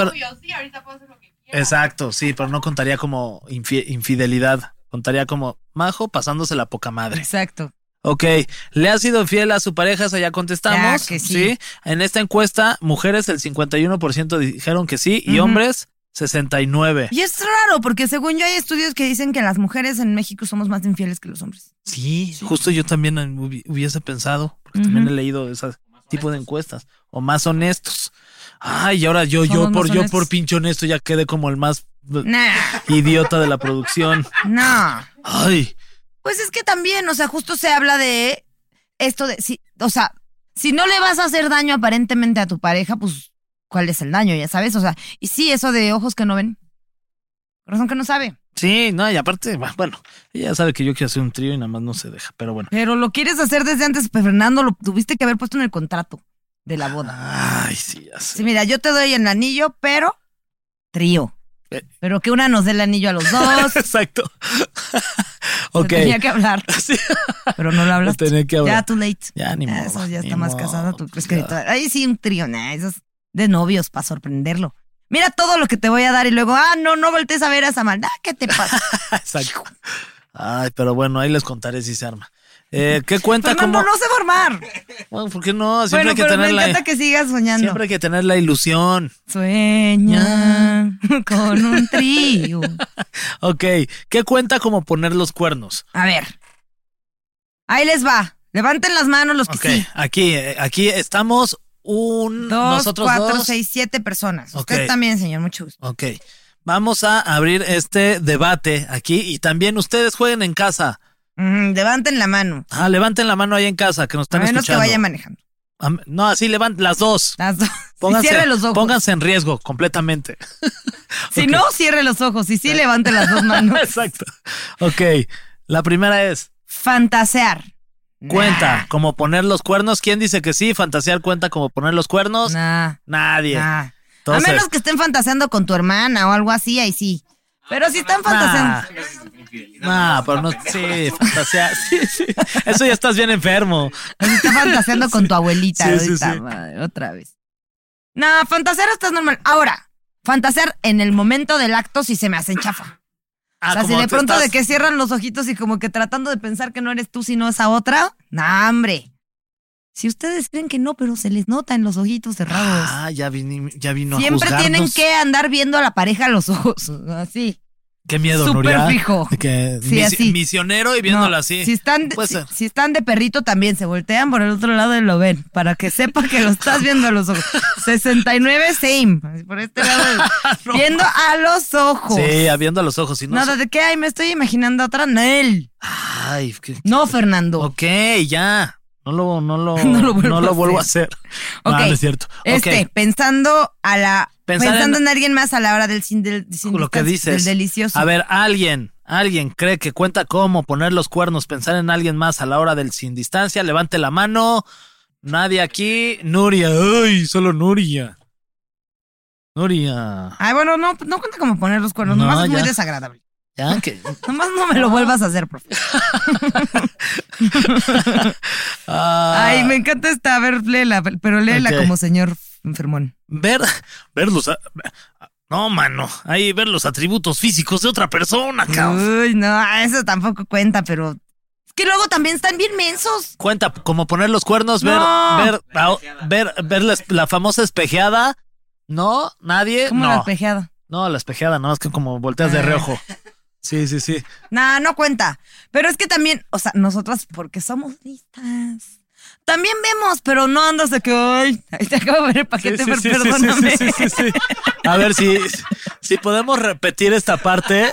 Exacto, sí, pero no contaría como infi- infidelidad. Contaría como Majo pasándose la poca madre. Exacto. Ok, ¿le ha sido fiel a su pareja? Esa ya contestamos. Ya que sí. En esta encuesta, mujeres el 51% dijeron que sí y Ujú. hombres 69. Y es raro, porque según yo hay estudios que dicen que las mujeres en México somos más infieles que los hombres. Sí, justo yo también eh, hubi- hubiese pensado, porque también he Ujú. leído ese tipo de encuestas, o más honestos. Ay, y ahora yo, yo Somos por, más yo honestos. por pinche honesto ya quedé como el más eh, Nah, idiota de la producción. no. Ay, Pues es que también, o sea, justo se habla de esto de, si, o sea, si no le vas a hacer daño aparentemente a tu pareja, pues, ¿cuál es el daño? Ya sabes, o sea, y sí, eso de ojos que no ven, corazón que no sabe, sí, no, y aparte, bueno, ella sabe que yo quiero hacer un trío y nada más no se deja, pero bueno. pero lo quieres hacer desde antes, pues, Fernando, lo tuviste que haber puesto en el contrato de la boda. Ay, sí, ya sé. Sí, mira, yo te doy el anillo, pero trío. Eh. Pero que una nos dé el anillo a los dos. Se Exacto. ok. Tenía que hablar, Sí. pero no lo hablas. tenía que hablar. Ya, too late. Ya, ni modo. Eso ya ni está más modo, casada. ¿Tú pues crees que ya. ahorita- Ahí sí, un trío, nah, eso es de novios para sorprenderlo. Mira todo lo que te voy a dar y luego, ah, no, no voltees a ver a esa maldad, ¿qué te pasa? Exacto. Ay, pero bueno, ahí les contaré si se arma. Eh, ¿Qué cuenta Fernando, como? no sé formar. Bueno, ¿Por qué no? Siempre Bueno, hay que pero me tener encanta la que sigas soñando. siempre hay que tener la ilusión. Sueña con un trío. Ok, ¿qué cuenta como poner los cuernos? A ver. Ahí les va. Levanten las manos los que Ok, sí. aquí, eh, aquí estamos un Dos, nosotros cuatro, dos. seis, siete personas. Ok. Usted también, señor, mucho gusto. Ok. Vamos a abrir este debate aquí y también ustedes jueguen en casa. Mm, levanten la mano. Ah, levanten la mano ahí en casa que nos A están menos que escuchando. vaya manejando. Am- No, así levanten las dos. Las dos. Pónganse, Cierre los ojos. pónganse en riesgo completamente. Si Ok. no, cierre los ojos. Y sí, levante las dos manos. Exacto. Ok. La primera es Fantasear. Cuenta como poner los cuernos. ¿Quién dice que sí? Fantasear cuenta como poner los cuernos. Nah, Nadie. nah. Entonces, a menos que estén fantaseando con tu hermana o algo así, ahí sí. Pero si Ah. están nah, fantaseando. nah, pero no. Sí, fantasear. Sí, sí. Eso ya estás bien enfermo. Si están fantaseando con tu abuelita Sí, sí, ahorita, sí. madre, otra vez. Nah, fantasear estás normal. Ahora, fantasear en el momento del acto si se me hacen chafa. Ah, o sea, si como de tú pronto estás- de que cierran los ojitos y como que tratando de pensar que no eres tú sino esa otra, nah, hombre. Si ustedes creen que no, pero se les nota en los ojitos cerrados. Ah, ya, vini- ya vino Siempre a tienen juzgarnos. que andar viendo a la pareja a los ojos, así. Qué miedo, Súper Nuria. fijo. Que Sí, misi- así. Misionero y viéndola No, así. Si están, Puede si, ser. si están de perrito también, se voltean por el otro lado y lo ven, para que sepa que lo estás viendo a los ojos. 69, same. así Por este lado, viendo a los ojos. Ah, Sí, ah, viendo a los ojos y no. Nada de que, ay, me estoy imaginando a otra. No, él. Ay, qué- No, Fernando. Ok, ya. No lo, no lo, No lo vuelvo a vuelvo a hacer. No, Ok. no es cierto. Este, Ok. pensando a la. Pensar pensando en- en... alguien más a la hora del sin, del, sin lo que distancia, dices. del delicioso. A ver, alguien, alguien cree que cuenta cómo poner los cuernos, pensar en alguien más a la hora del sin distancia. Levante la mano. Nadie aquí. Nuria. Ay, solo Nuria. Nuria. Ay, bueno, no, no cuenta como poner los cuernos, No, nomás es muy ya. desagradable. Ya que. Nomás no me lo vuelvas a hacer, profe. Ah. Ay, me encanta esta. A ver, léela, pero léela Ok. como señor enfermón. ver, ver los. a- No, mano. Ahí ver los atributos físicos de otra persona, cabrón. Uy, no, eso tampoco cuenta, pero. Es que luego también están bien mensos. Cuenta, como poner los cuernos, ver, No. ver, a- ver, ver la, la famosa espejeada. No, nadie. Como la no, espejada. no, la espejeada, nada más que como volteas de Ah. reojo. Sí, sí, sí. No, no cuenta. Pero es que también, o sea, nosotras, porque somos listas. También vemos, pero no andas de que, ay, ahí te acabo de ver el Sí, paquete, sí, pero sí, sí, sí, perdóname. sí, sí, sí. A ver si, si podemos repetir esta parte.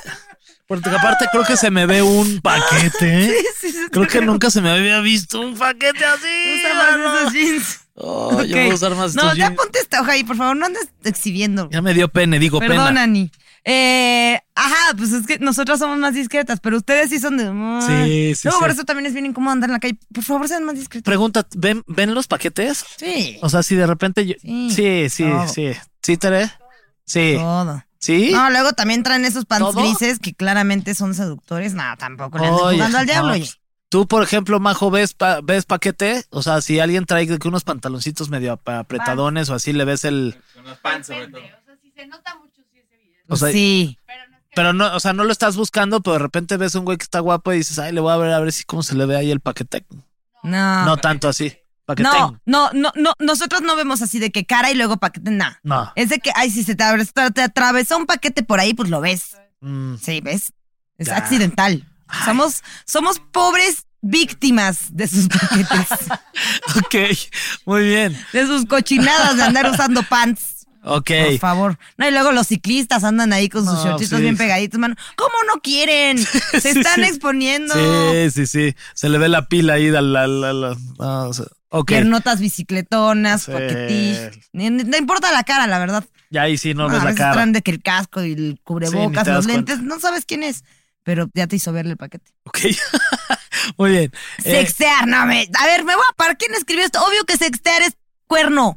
Porque aparte creo que se me ve un paquete. ¿eh? Sí, sí, Creo que nunca se me había visto un paquete así. Usa más mano. esos jeans. Oh, Ok. Yo voy a usar más No, estos ya jeans. ponte esta hoja ahí, por favor, no andes exhibiendo. Ya me dio pene, digo Perdón, pena. Ani. Eh, ajá, pues es que nosotras somos más discretas, pero ustedes sí son de. Sí, sí, No, sí. por eso también es bien incómodo andar en la calle. Por favor, sean más discretos. Pregunta, ¿ven, ¿ven los paquetes? Sí. O sea, si de repente yo. Sí. Sí, sí, Todo. sí. ¿Sí, Tere? Sí. Todo. ¿Sí? No, luego también traen esos pants ¿Todo? grises que claramente son seductores. No, tampoco le andan Oye, jugando al diablo. no, oye. pues, Tú, por ejemplo, Majo, ¿ves, pa- ¿ves paquete? O sea, si alguien trae de que unos pantaloncitos medio ap- apretadones o así, le ves el... O sea, sí. Pero no, o sea, no lo estás buscando, pero de repente ves un güey que está guapo y dices, ay, le voy a ver a ver si cómo se le ve ahí el paquete. No. No tanto así. Paquetén. Ah, No, no, no, no, nosotros no vemos así de que cara y luego paquete, nada. No. Es de que, ay, si se te, abre- te atravesó un paquete por ahí, pues lo ves. Mm. Sí, ¿ves? Es Ya. accidental. Somos, somos pobres víctimas de sus paquetes, Ok, muy bien. de sus cochinadas de andar usando pants. Ok. Por favor. No, y luego los ciclistas andan ahí con sus No, shortitos sí. bien pegaditos, mano. ¿Cómo no quieren? Se sí, están sí. exponiendo. Sí, sí, sí. Se le ve la pila ahí. La, la, la, la- ah, o sea, ok. Piernotas bicicletonas, Sí. paquetish. Ni- ni- No importa la cara, la verdad. Ya ahí sí no No, ves Ah, a la veces cara. traen de que el casco y el Sí, ni te cubrebocas, das los cuenta. lentes, no sabes quién es, pero ya te hizo verle el paquete. Ok. muy bien. Eh, Sextear, no me. A ver, me voy a parar. ¿Quién escribió esto? Obvio que sextear es cuerno.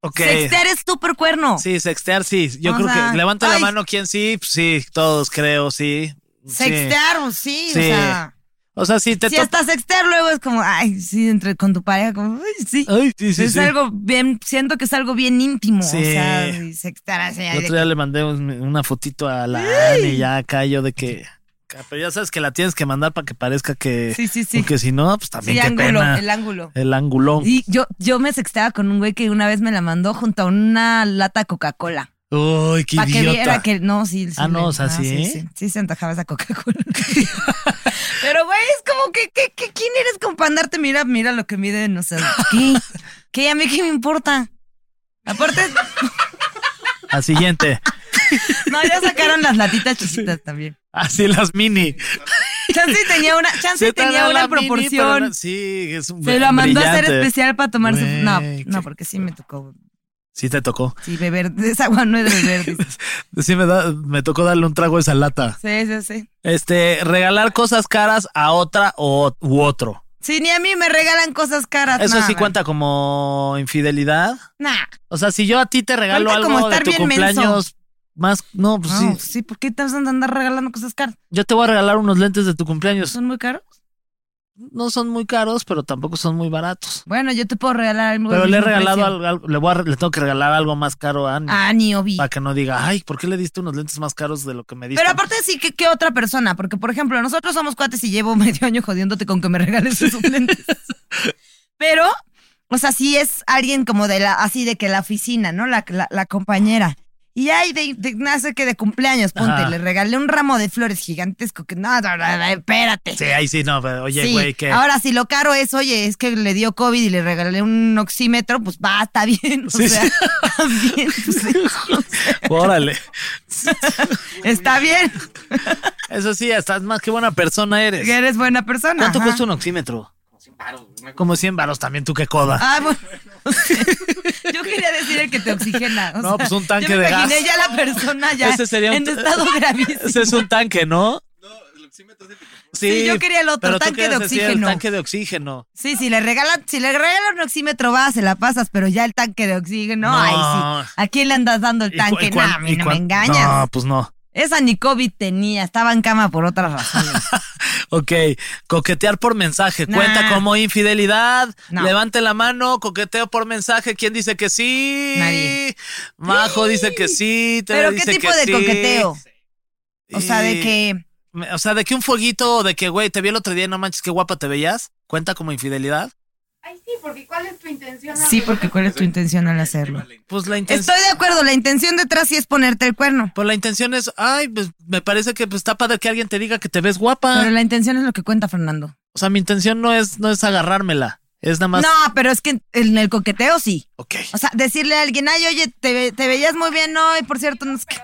ok. Sextear es súper cuerno. Sí, sextear sí. Yo O creo sea, que. Levanta la ay. mano quien sí. Pues Sí, todos creo, sí. Sí. Sextear, pues sí, Sí. o sea. O sea, sí, te Si topa- hasta sextear luego es como, ay, sí, entre con tu pareja, como, ay, sí. Ay, sí, Ah, sí, es sí. algo bien, siento que es algo bien íntimo. Sí. O sea, y sextear así. El ay, otro día le mandé un- una fotito a la Ani y ya acá yo de que. Pero ya sabes que la tienes que mandar para que parezca que. Sí, sí, sí. Porque si no, pues Sí, también qué ángulo, pena. Oh. el ángulo. El angulón. Y yo, yo me sexteaba con un güey que una vez me la mandó junto a una lata de Coca-Cola. Uy, qué Para que idiota. viera que no, sí. sí Ah, no, le- o sea, sí, ¿eh? Sí, sí se antojaba esa Coca-Cola. Pero, güey, es como que, que, que- ¿quién eres como para andarte? Mira, mira lo que miden, o sea, ¿qué? ¿Qué? ¿A mí qué me importa? Aparte, Al siguiente. no, ya sacaron las latitas chiquitas también. Así las mini. Chance y tenía una, Chance y Se te da tenía la una mini, pero proporción. no- sí, es un Se la mandó a hacer brillante. especial para tomarse. No, Güey, no, qué- porque sí me tocó. Sí te tocó. Sí, beber. de Esa agua no es de beber. dice. Sí me, da, me tocó darle un trago a esa lata. Sí, sí, sí. Este, regalar cosas caras a otra o, u otro. Si ni a mí me regalan cosas caras. Eso nada. sí cuenta como infidelidad. Nah. O sea, si yo a ti te regalo Cuenta como algo de estar tu bien menso. cumpleaños, más. No, pues No, sí. sí, ¿por qué te vas a andar regalando cosas caras? Yo te voy a regalar unos lentes de tu cumpleaños. ¿Son muy caros? No son muy caros, pero tampoco son muy baratos. Bueno, yo te puedo regalar algo. Pero del le he mismo regalado precio. algo, algo- le, voy a re- le tengo que regalar algo más caro a Ani. Ah, ni obvio. Para que no diga, ay, ¿por qué le diste unos lentes más caros de lo que me diste? Pero aparte sí, que qué otra persona? Porque, por ejemplo, nosotros somos cuates y llevo medio año jodiéndote con que me regales esos lentes. Pero, o sea, sí es alguien como de la, así de que la oficina, ¿no? La, la, la compañera. Y ay, de, de- no sé qué, de cumpleaños, ponte, Ajá. le regalé un ramo de flores gigantesco que, no, no, no, no, espérate. Sí, ahí sí, no, pero, oye, Sí. güey, que. Ahora, si lo caro es, oye, es que le dio COVID y le regalé un oxímetro, pues va, está bien. O Sí, sea, sí. está bien. pues Órale. Está bien. Eso sí, estás más que buena persona eres. Que eres buena persona. ¿Cuánto ajá. cuesta un oxímetro? Como 100 varos también, tú que coda. Ah, bueno. Yo quería decir el que te oxigena. o No, sea, pues un tanque yo me de gas. imaginé ya la persona ya Ese sería un- en estado gravísimo. Ese es un tanque, ¿no? Sí, yo quería el otro, pero tú tanque de querías decir oxígeno. El tanque de oxígeno. Sí, si le regalan, si le regalan un oxímetro, va, se la pasas, pero ya el tanque de oxígeno, No. ay sí. ¿A quién le andas dando el ¿Y cu- y tanque? No, cuán- a mí y no me cuán- engañas. No, pues no. Esa ni COVID tenía, estaba en cama por otras razones. Ok, coquetear por mensaje. Nah. Cuenta como infidelidad. No. Levante la mano, coqueteo por mensaje. ¿Quién dice que sí? Nadie. Majo dice que sí. Tere Pero ¿qué dice tipo que de sí. coqueteo? O sea, de Y- que O sea, de que un fueguito o de que, güey, te vi el otro día y no manches, qué guapa te veías. Cuenta como infidelidad. Ay, sí, porque ¿cuál es tu intención? sí, porque ¿cuál es tu intención al hacerlo? Pues la intención. Estoy de acuerdo, la intención detrás sí es ponerte el cuerno, Pues la intención es, ay, pues me parece que pues, está padre que alguien te diga que te ves guapa. pero la intención es lo que cuenta Fernando. O sea, mi intención no es, no es agarrármela. Es nada más. No, pero es que en- en el coqueteo sí. Ok. O sea, decirle a alguien, ay, oye, te, ve- te veías muy bien hoy, por cierto, no sé qué.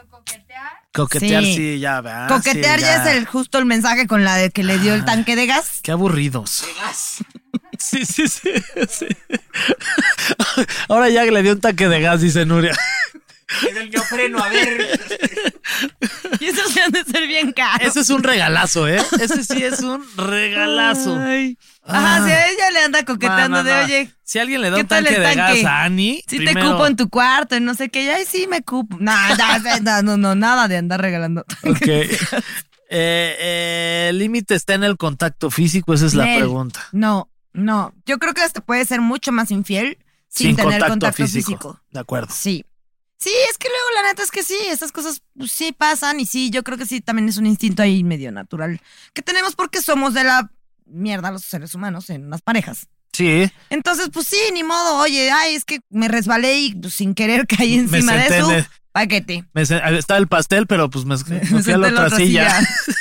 Coquetear Sí. sí, ya, ¿verdad? Coquetear Ah, Sí, ya. es el, justo el mensaje con la de que le dio el tanque de gas. Qué aburridos. Sí, sí, sí, sí. Ahora ya le dio un taque de gas, dice Nuria. Yo freno, a ver. Y eso se han de ser bien caro. Ese es un regalazo, ¿eh? Ese sí es un regalazo. Ay. Ajá, Ah. si a ella le anda No, coqueteando no, de, no. oye, Si alguien le da ¿qué un tal tanque, el de tanque? gas a Ani, si te primero- cupo en tu cuarto y no sé qué, y, ay, sí me cupo. Nada, nada, no, no, nada de andar regalando. Ok. Eh, eh, el límite está en el contacto físico, esa es la Nel, pregunta. No, no. Yo creo que hasta puede ser mucho más infiel sin, tener contacto, físico. De acuerdo. Sí. Sí, es que luego la neta es que sí, estas cosas pues, sí pasan y sí, yo creo que sí, también es un instinto ahí medio natural que tenemos porque somos de la mierda los seres humanos en las parejas. Sí. Entonces, pues sí, ni modo, oye, ay, es que me resbalé y pues, sin querer caí encima me de senté, su en el- paquete. me sen- ah, estaba el pastel, pero pues me, me Me fui senté a la en la otra otra silla. silla.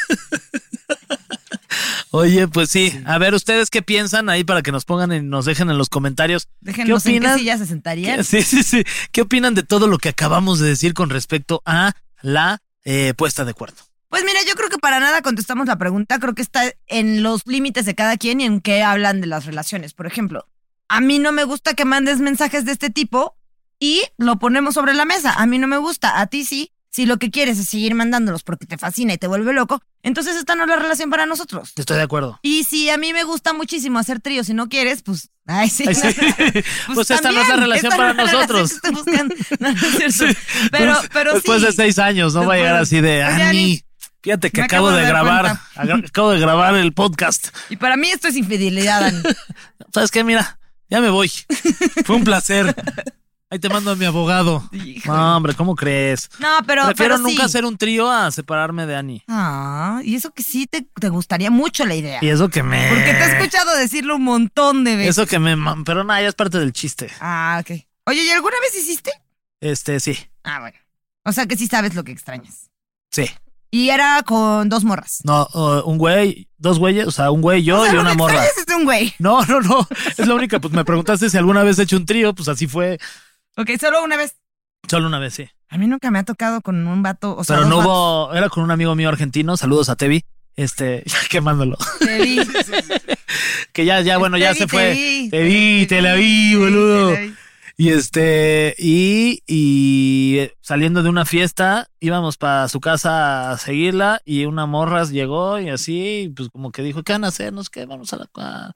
Oye, pues sí. A ver, ¿ustedes qué piensan ahí para que nos pongan y nos dejen en los comentarios? Déjenos ¿Qué en qué opinas? silla se sentarían. ¿Qué- Sí, sí, sí. ¿Qué opinan de todo lo que acabamos de decir con respecto a la eh, puesta de cuerno? Pues mira, yo creo que para nada contestamos la pregunta. Creo que está en los límites de cada quien y en qué hablan de las relaciones. Por ejemplo, a mí no me gusta que mandes mensajes de este tipo y lo ponemos sobre la mesa. A mí no me gusta, a ti sí. Si lo que quieres es seguir mandándolos porque te fascina y te vuelve loco, entonces esta no es la relación para nosotros. Estoy de acuerdo. Y si a mí me gusta muchísimo hacer tríos y no quieres, pues, ay, sí. Ay, sí. Pues esta no es la también, relación esta no para es la relación nosotros. Pues que estoy buscando. No, no es cierto. Pero, pero Después sí. de seis años, no va a llegar Después- así de Oye, Ani. Ani, Fíjate que me acabo, acabo de de dar grabar, cuenta". aga- acabo de grabar el podcast. Y para mí esto es infidelidad, Dani. ¿Sabes qué? Mira, ya me voy. Fue un placer. Ahí te mando a mi abogado. No, hombre, ¿cómo crees? No, pero. Prefiero pero nunca sí. hacer un trío a separarme de Ani. Ah, y eso que sí te, te gustaría mucho la idea. Y eso que me. Porque te he escuchado decirlo un montón de veces. Eso que me. mam- Pero nada, ya es parte del chiste. Ah, ok. Oye, ¿y alguna vez hiciste? Este, sí. Ah, bueno. O sea que sí sabes lo que extrañas. Sí. Y era con dos morras. No, o- un güey, dos güeyes, o sea, un güey, yo O sea, y lo una que morra. extrañas es un güey. No, no, no. Es la única. Pues me preguntaste si alguna vez he hecho un trío, pues así fue. Ok, solo una vez. Solo una vez, sí. A mí nunca me ha tocado con un vato. O sea, Pero dos no vatos. hubo. Era con un amigo mío argentino. Saludos a Tevi. Este, ya quemándolo. Te vi. Que ya, ya, Ah, bueno, ya Te vi, se te fue. vi. Te vi, te la vi, Sí, boludo. te la vi. Y este, y, y eh, saliendo de una fiesta, íbamos para su casa a seguirla y una morra llegó y así, y pues como que dijo, ¿qué van a hacer? No sé qué, vamos a la, a-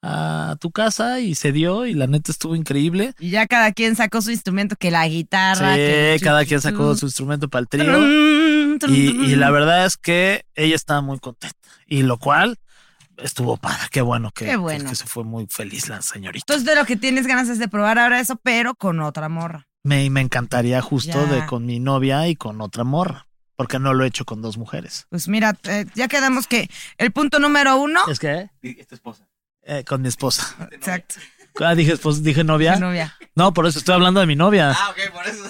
a tu casa y se dio y la neta estuvo increíble. Y ya cada quien sacó su instrumento, que la guitarra. que el Sí, cada chu, quien chu, sacó chu. su instrumento para el trío. Trun, trun, Y, y la trun. verdad es que ella estaba muy contenta. Y lo cual estuvo para. Qué bueno Pues, que, Qué bueno. que se fue muy feliz la señorita. Entonces de lo que tienes ganas es de probar ahora eso, pero con otra morra. Me, me encantaría justo Ya. de con mi novia y con otra morra. Porque no lo he hecho con dos mujeres. Pues mira, eh, ya quedamos que el punto número uno. Es que Esta esposa. eh, con mi esposa. Exacto. Ah, dije, esposa- dije novia. tu novia. No, por eso estoy hablando de mi novia. Ah, ok, por eso.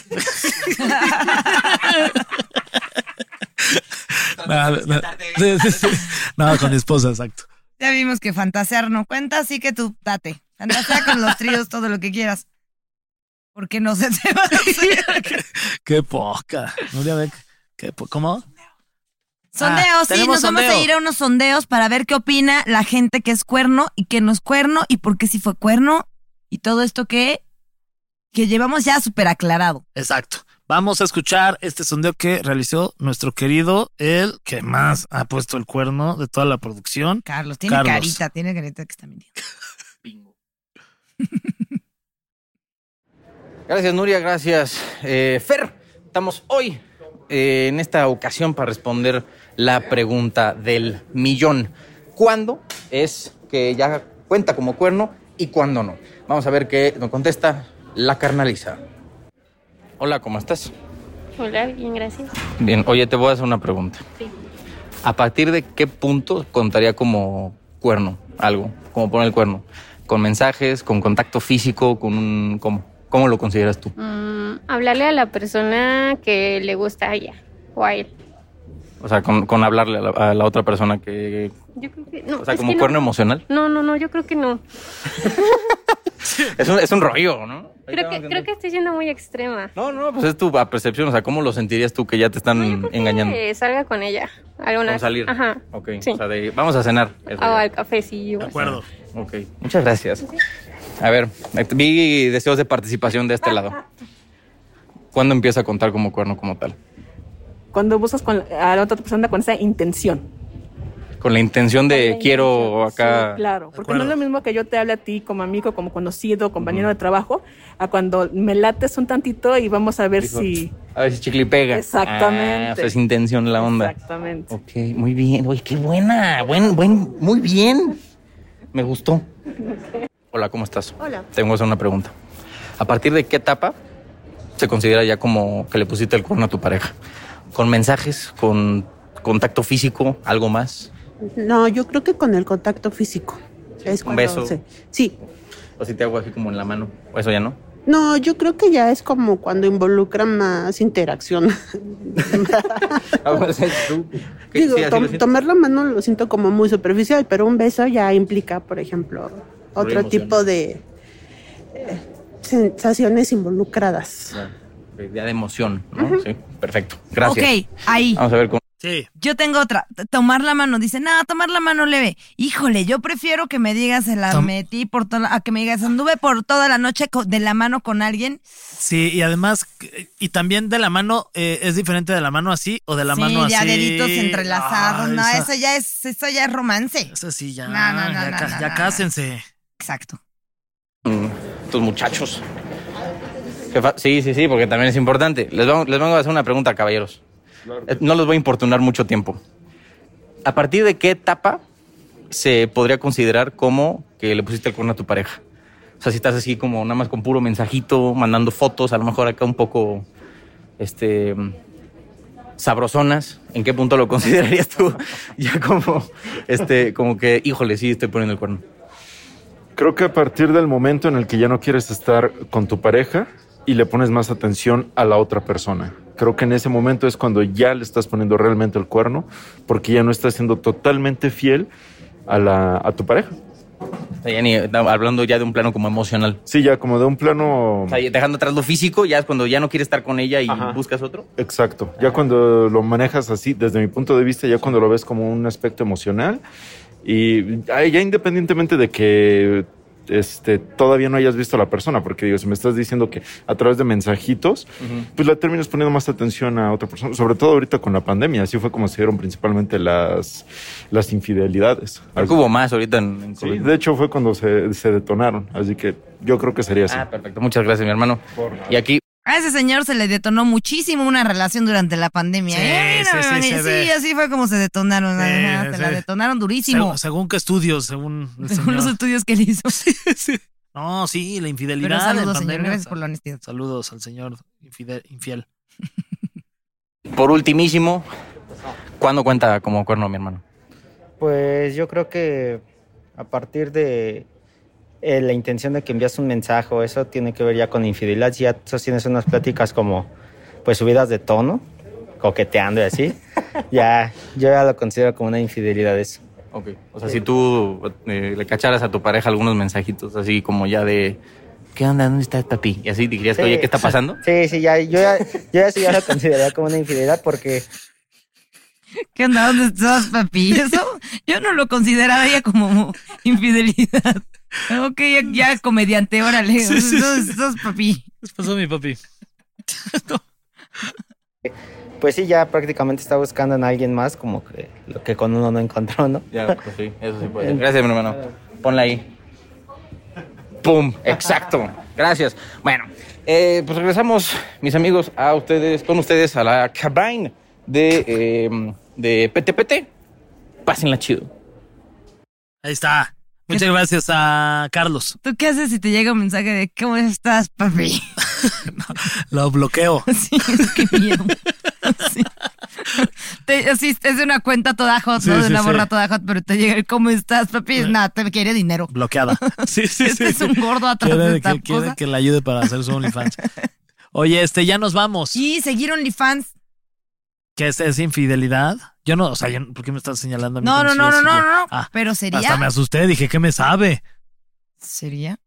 Ah, No, no, no. Sí, sí, sí. No, con mi esposa, exacto. Ya vimos que fantasear no cuenta, así que tú date. Fantasea con los tríos todo lo que quieras. Porque no se te va a hacer. Qué poca. Nuria Beck. Qué po- ¿Cómo? Sondeos, sí, Ah, tenemos nos vamos a sondeo. ir a unos sondeos para ver qué opina la gente que es cuerno y que no es cuerno y por qué sí fue cuerno y todo esto que, que llevamos ya súper aclarado. Exacto. Vamos a escuchar este sondeo que realizó nuestro querido, el que más ha puesto el cuerno de toda la producción. Carlos, tiene Carlos. carita, tiene carita que está mintiendo. Gracias, Nuria. Gracias, eh, Fer. Estamos hoy eh, en esta ocasión para responder la pregunta del millón. ¿Cuándo es que ya cuenta como cuerno y cuándo no? Vamos a ver qué nos contesta la carnaliza. Hola, ¿cómo estás? Hola, bien, gracias. Bien, oye, te voy a hacer una pregunta. Sí. ¿A partir de qué punto contaría como cuerno algo? Como poner el cuerno. ¿Con mensajes, con contacto físico, con un... ¿Cómo, cómo lo consideras tú? Mm, hablarle a la persona que le gusta a ella o a él. O sea, con, con hablarle a la, a la otra persona que... Yo creo que no. O sea, es como que no. cuerno emocional. No, no, no, yo creo que no. Es un, es un rollo, ¿no? Creo que, creo que estoy siendo muy extrema. No, no, pues es tu percepción. O sea, ¿cómo lo sentirías tú que ya te No, yo están creo que engañando? salga con ella. Alguna Con salir. Ajá. Ok. Sí. Ah, O sea, de, vamos a cenar. Eso O ya. al cafecillo. De acuerdo. Ok. Muchas gracias. A ver, vi deseos de participación de este lado. ¿Cuándo empieza a contar como cuerno como tal? Cuando buscas con, a la otra persona con esa intención. Con la intención de Con la quiero intención. acá. Sí, claro, porque no acuerdo. es lo mismo que yo te hable a ti como amigo, como conocido, compañero de trabajo, a cuando me lates un tantito y vamos a ver Dijo, si. A ver si chicle y pega. Exactamente. Ah, o sea, es intención la onda. Exactamente. Ok, muy bien. Oye, qué buena. Buen, buen, muy bien. Me gustó. Hola, ¿cómo estás? Hola. Tengo que hacer una pregunta. ¿A partir de qué etapa se considera ya como que le pusiste el cuerno a tu pareja? ¿Con mensajes? ¿Con contacto físico? ¿Algo más? No, yo creo que con el contacto físico. es un cuando beso. se- sí. ¿O si te hago así como en la mano? ¿O eso ya no? No, yo creo que ya es como cuando involucran más interacción. Ah, pues, Digo, tom- tomar la mano lo siento como muy superficial, pero un beso ya implica, por ejemplo, otro emoción. tipo de eh, sensaciones involucradas. Ya de emoción, ¿no? Sí, perfecto. Gracias. Ok, ahí. Vamos a ver cómo. Sí. Yo tengo otra. T- Tomar la mano. Dice, no, tomar la mano leve. Híjole, yo prefiero que me digas, se la Tom- metí por toda la- a que me digas, anduve por toda la noche co- de la mano con alguien. Sí, y además, eh, y también de la mano, eh, es diferente de la mano así o de la sí, mano así. ya deditos entrelazados. Ay, no, esa- eso ya es, eso ya es romance. esa sí, ya. No, no, no, ya no, ca- no, ya no, cásense. Exacto. Tus muchachos. Jefa, sí, sí, sí, porque también es importante. Les vamos- les vengo a hacer una pregunta, caballeros. Eh, No los voy a importunar mucho tiempo. ¿A partir de qué etapa se podría considerar como que le pusiste el cuerno a tu pareja? O sea, si estás así como nada más con puro mensajito, mandando fotos, a lo mejor acá un poco, este, mm, sabrosonas, ¿en qué punto lo considerarías tú? ya como, este, como que, híjole, sí, estoy poniendo el cuerno. Creo que a partir del momento en el que ya no quieres estar con tu pareja y le pones más atención a la otra persona. Creo que en ese momento es cuando ya le estás poniendo realmente el cuerno, porque ya no estás siendo totalmente fiel a, la, a tu pareja. O sea, ya ni- hablando ya de un plano como emocional. Sí, ya como de un plano... O sea, dejando atrás lo físico, ya es cuando ya no quieres estar con ella y Ajá. buscas otro. Exacto. Ya cuando lo manejas así, desde mi punto de vista, ya cuando lo ves como un aspecto emocional y ay, ya independientemente de que este, todavía no hayas visto a la persona, porque digo, si me estás diciendo que a través de mensajitos, pues la terminas poniendo más atención a otra persona, sobre todo ahorita con la pandemia, así fue como se dieron principalmente las, las infidelidades. Creo que hubo más ahorita en, en Sí, COVID. de hecho fue cuando se, se detonaron, así que yo creo que sería así. Ah, perfecto. Muchas gracias, mi hermano. Y aquí, A ese señor se le detonó muchísimo una relación durante la pandemia. Sí, ¿eh? sí, No, sí, man, se sí, ve. así fue como se detonaron. ajá, sí. se la detonaron durísimo. Según, según qué estudios, según el Según los señor. estudios que le hizo. No, sí, la infidelidad. Pero en saludos, señor. pandemia. Gracias por la honestidad. Saludos al señor infide- infiel. por ultimísimo, ¿cuándo cuenta como cuerno, mi hermano? Pues yo creo que a partir de eh, la intención de que envías un mensaje, o eso tiene que ver ya con infidelidad. Si ya sostienes unas pláticas como, pues subidas de tono, coqueteando y así, ya, yo ya lo considero como una infidelidad eso. Ok. O sea, si tú eh, le cacharas a tu pareja algunos mensajitos así como ya de, ¿qué onda? ¿Dónde está papi? Y así dirías, Sí. oye, ¿qué está pasando? Sí, sí, ya, yo ya, Pues yo ya eso ya lo consideraría como una infidelidad porque ¿Qué onda? ¿Dónde estás, papi? Eso yo no lo consideraría como infidelidad. Ok, ya, ya comediante, órale. Sí, sí, sí. ¿Dónde estás, papi? ¿Qué pasó, mi papi? pues sí, ya prácticamente está buscando en alguien más como que lo que con uno no encontró, ¿no? Ya, pues sí, eso sí puede. ser. Gracias, mi hermano. Ponla ahí. ¡Pum! Exacto. Gracias. Bueno, eh, pues regresamos, mis amigos, a ustedes, con ustedes a la cabine de, eh, de PTPT. Pásenla chido. Ahí está. Muchas gracias a Carlos. ¿Tú qué haces si te llega un mensaje de ¿Cómo estás, papi? Lo bloqueo. Sí, qué miedo. Sí. Te- así, es de una cuenta toda hot, Sí, ¿no? De sí, una sí. borra toda hot, pero te llega el ¿Cómo estás, papi? Nada, te quiere dinero. Bloqueada. Sí, sí, Este es un gordo atrás Quiere de esta que, quiere cosa. que le ayude para hacer su OnlyFans. Oye, este, ya nos vamos. Sí, seguir OnlyFans. ¿Qué es, es infidelidad? Yo no, o sea, yo no- ¿por qué me estás señalando a mí? No, como no, si no, yo- no, si no, yo- no. Ah, Pero hasta me sería. asusté, dije, ¿qué me sabe? ¿Sería?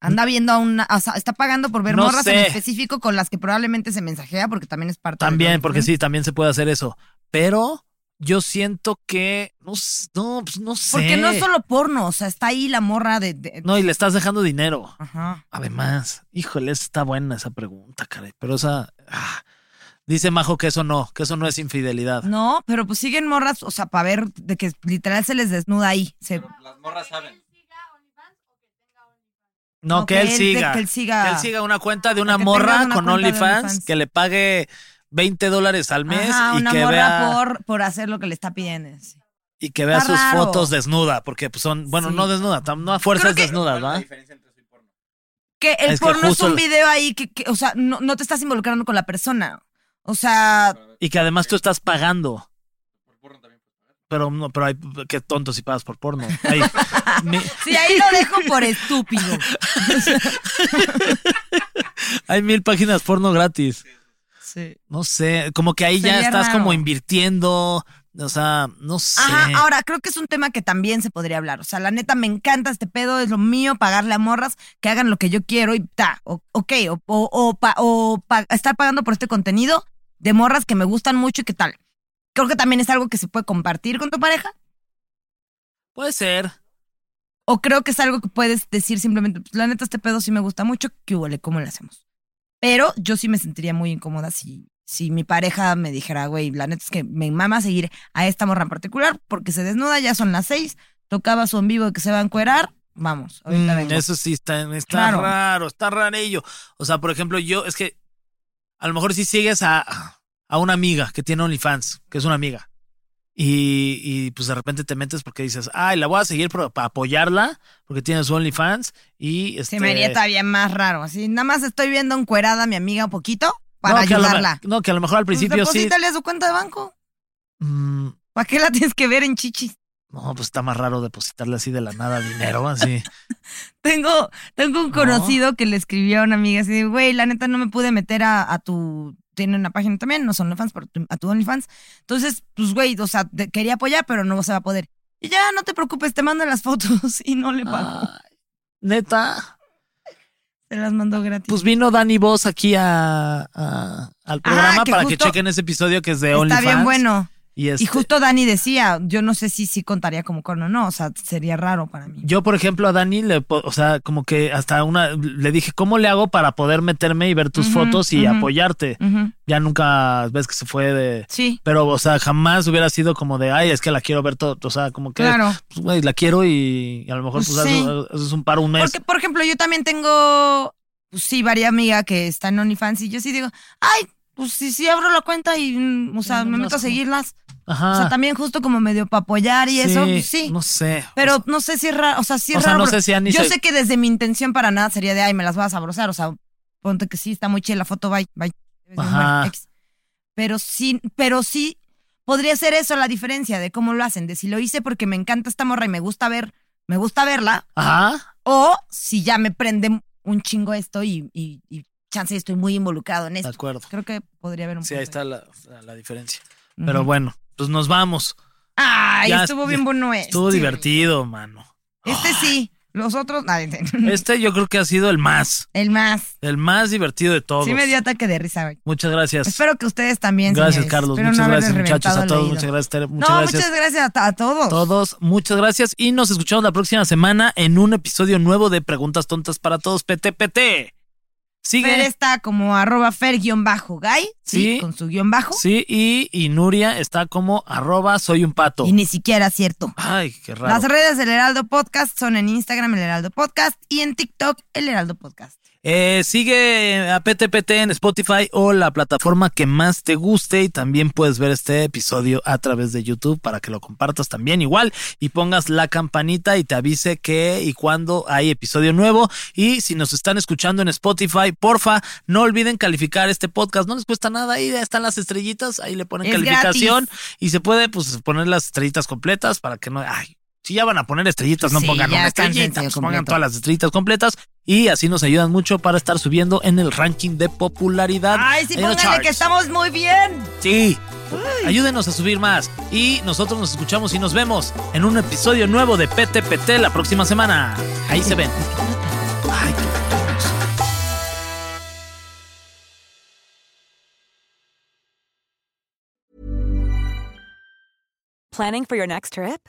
Anda viendo a una. O sea, está pagando por ver Mm. No morras en sé. específico con las que probablemente se mensajea, porque también es parte del También, porque OnlyFans. sí, también se puede hacer eso. Pero yo siento que, no, s- no, pues no sé. Porque no es solo porno, o sea, está ahí la morra de. de- No, y le estás dejando dinero. Ajá. Además, híjole, está buena esa pregunta, caray. Pero esa. ah. Dice Majo que eso no, que eso no es infidelidad. No, pero pues siguen morras, o sea, para ver de que literal se les desnuda ahí. Se, Las morras saben. No, No, que, que él él de- siga. que él siga- Que él siga una cuenta de una que morra tenga una con cuenta de OnlyFans, OnlyFans. que le pague 20 dólares al mes Ajá, y, una que morra vea, por, por hacer lo que le está pidiendo. sí. y que vea Está sus raro. fotos desnuda, porque pues, son, bueno, Sí. no desnuda, tam- no a fuerzas Creo que- desnudas, ¿va? Que el Es que porno es justo un el- video ahí que, que, o sea, no, no te estás involucrando con la persona. O sea, Y que además tú estás pagando. Pero no, pero hay, qué tonto si pagas por porno. Ay, mi- sí, ahí lo dejo por estúpido. hay mil páginas porno gratis. Sí. No sé, como que ahí ya Sería estás raro. como invirtiendo, o sea, no sé. Ajá, ahora creo que es un tema que también se podría hablar. O sea, la neta, me encanta este pedo, es lo mío, pagarle a morras, que hagan lo que yo quiero y ta, o- ok, o, o- o pa- o pa- estar pagando por este contenido de morras que me gustan mucho y qué tal. Creo que también es algo que se puede compartir con tu pareja, Puede ser. o creo que es algo que puedes decir simplemente, pues, la neta, este pedo sí me gusta mucho, ¿qué huele? ¿Cómo lo hacemos? Pero yo sí me sentiría muy incómoda si, si mi pareja me dijera, güey, la neta es que me mama seguir a esta morra en particular porque se desnuda, ya son las seis, tocaba su en vivo que se va a encuerar, vamos, ahorita Mm, vengo. eso sí está, está Raro. raro, está rarillo. O sea, por ejemplo, yo es que a lo mejor si sigues a, a una amiga que tiene OnlyFans, que es una amiga, y, y, pues de repente te metes porque dices, ay, la voy a seguir para apoyarla, porque tiene su OnlyFans y este. Se me haría todavía más raro, así, nada más estoy viendo encuerada a mi amiga un poquito para no, que a lo me- ayudarla. no, que a lo mejor al Pues principio sí. deposítale a su cuenta de banco. Mm, ¿Para qué la tienes que ver en chichis? no, pues está más raro depositarle así de la nada dinero, así. Tengo, tengo un No. conocido que le escribió a una amiga así, de, güey, la neta no me pude meter a, a tu... Tiene una página también, no son OnlyFans, pero tu- a tu OnlyFans. Entonces, pues, güey, o sea, te quería apoyar, pero no se va a poder. Y ya, no te preocupes, te mando las fotos y no le Ah. pago. Ay, Neta. Se las mandó gratis. Pues vino Dani Voss aquí a, a- al programa que para que Ah, justo chequen ese episodio que es de Está OnlyFans. bien bueno. Y, este, Y justo Dani decía, yo no sé si sí contaría como cuerno o no, o sea, sería raro para mí. Yo, por ejemplo, a Dani, le, po- o sea, como que hasta una, le dije, ¿cómo le hago para poder meterme y ver tus Ujú, fotos y ujú. apoyarte? Ujú. Ya nunca ves que se fue de... Sí. Pero, o sea, jamás hubiera sido como de, ay, es que la quiero ver todo, o sea, como que... Claro. Pues, güey, la quiero y, a lo mejor, Pues pues, sí. haces- haces un paro un mes. Porque, por ejemplo, yo también tengo, pues sí, varias amigas que están en OnlyFans y yo sí digo, ay, pues sí, sí abro la cuenta y, mm, o sea, me meto a seguirlas. Ajá. O sea, también justo como medio para apoyar y eso, pues, sí. Ah. No sé. Pero no sé si es raro, o sea, sí es O sea, no raro, pero sé si Ani yo se- sé que desde mi intención para nada sería de, ay, me las vas a sabrosar, o sea, ponte que sí, está muy chida la foto, bye, bye. Ajá. Ex. Pero sí, pero sí, podría ser eso la diferencia de cómo lo hacen, de si lo hice porque me encanta esta morra y me gusta ver, me gusta verla, Ajá. o si ya me prende un chingo esto y, y, y chance estoy muy involucrado en esto. De acuerdo. Creo que podría haber un Sí, ahí está la, la- la diferencia. Ujú. Pero bueno, pues nos vamos. Ay, Ya estuvo est- bien bueno este. Estuvo divertido, mano. Este sí, los otros, nada, este- Este yo creo que ha sido el más, el más. el más divertido de todos. Sí me dio ataque de risa, güey. Muchas gracias. Espero que ustedes también. Gracias, señores. Carlos. Espero Muchas no gracias, haberles muchachos. A reventado el todos, oído. muchas gracias, Tere. Muchas no, gracias. muchas gracias a, a todos. todos, muchas gracias. Y nos escuchamos la próxima semana en un episodio nuevo de Preguntas Tontas para Todos, PTPT. Sigue. Fer está como arroba fer guión bajo gay. Sí. Sí. Con su guión bajo. Sí, y, y Nuria está como arroba soy un pato. Y ni siquiera cierto. Ay, qué raro. Las redes del Heraldo Podcast son en Instagram el Heraldo Podcast y en TikTok el Heraldo Podcast. Eh, sigue a PTPT en Spotify o la plataforma que más te guste y también puedes ver este episodio a través de YouTube para que lo compartas también igual y pongas la campanita y te avise que y cuando hay episodio nuevo y si nos están escuchando en Spotify, porfa, no olviden calificar este podcast, no les cuesta nada, ahí están las estrellitas, ahí le ponen Es calificación y se puede pues poner las estrellitas completas para que no ay si ya van a poner estrellitas, no Sí, pongan ya una están en estrellita, sentido pues pongan completo. todas las estrellitas completas y así nos ayudan mucho para estar subiendo en el ranking de popularidad. Ay, sí, en los pónganle que charts. estamos muy bien. Sí, ayúdenos a subir más y nosotros nos escuchamos y nos vemos en un episodio nuevo de PTPT la próxima semana. Ahí se ven. Ay, qué Planning for your next trip?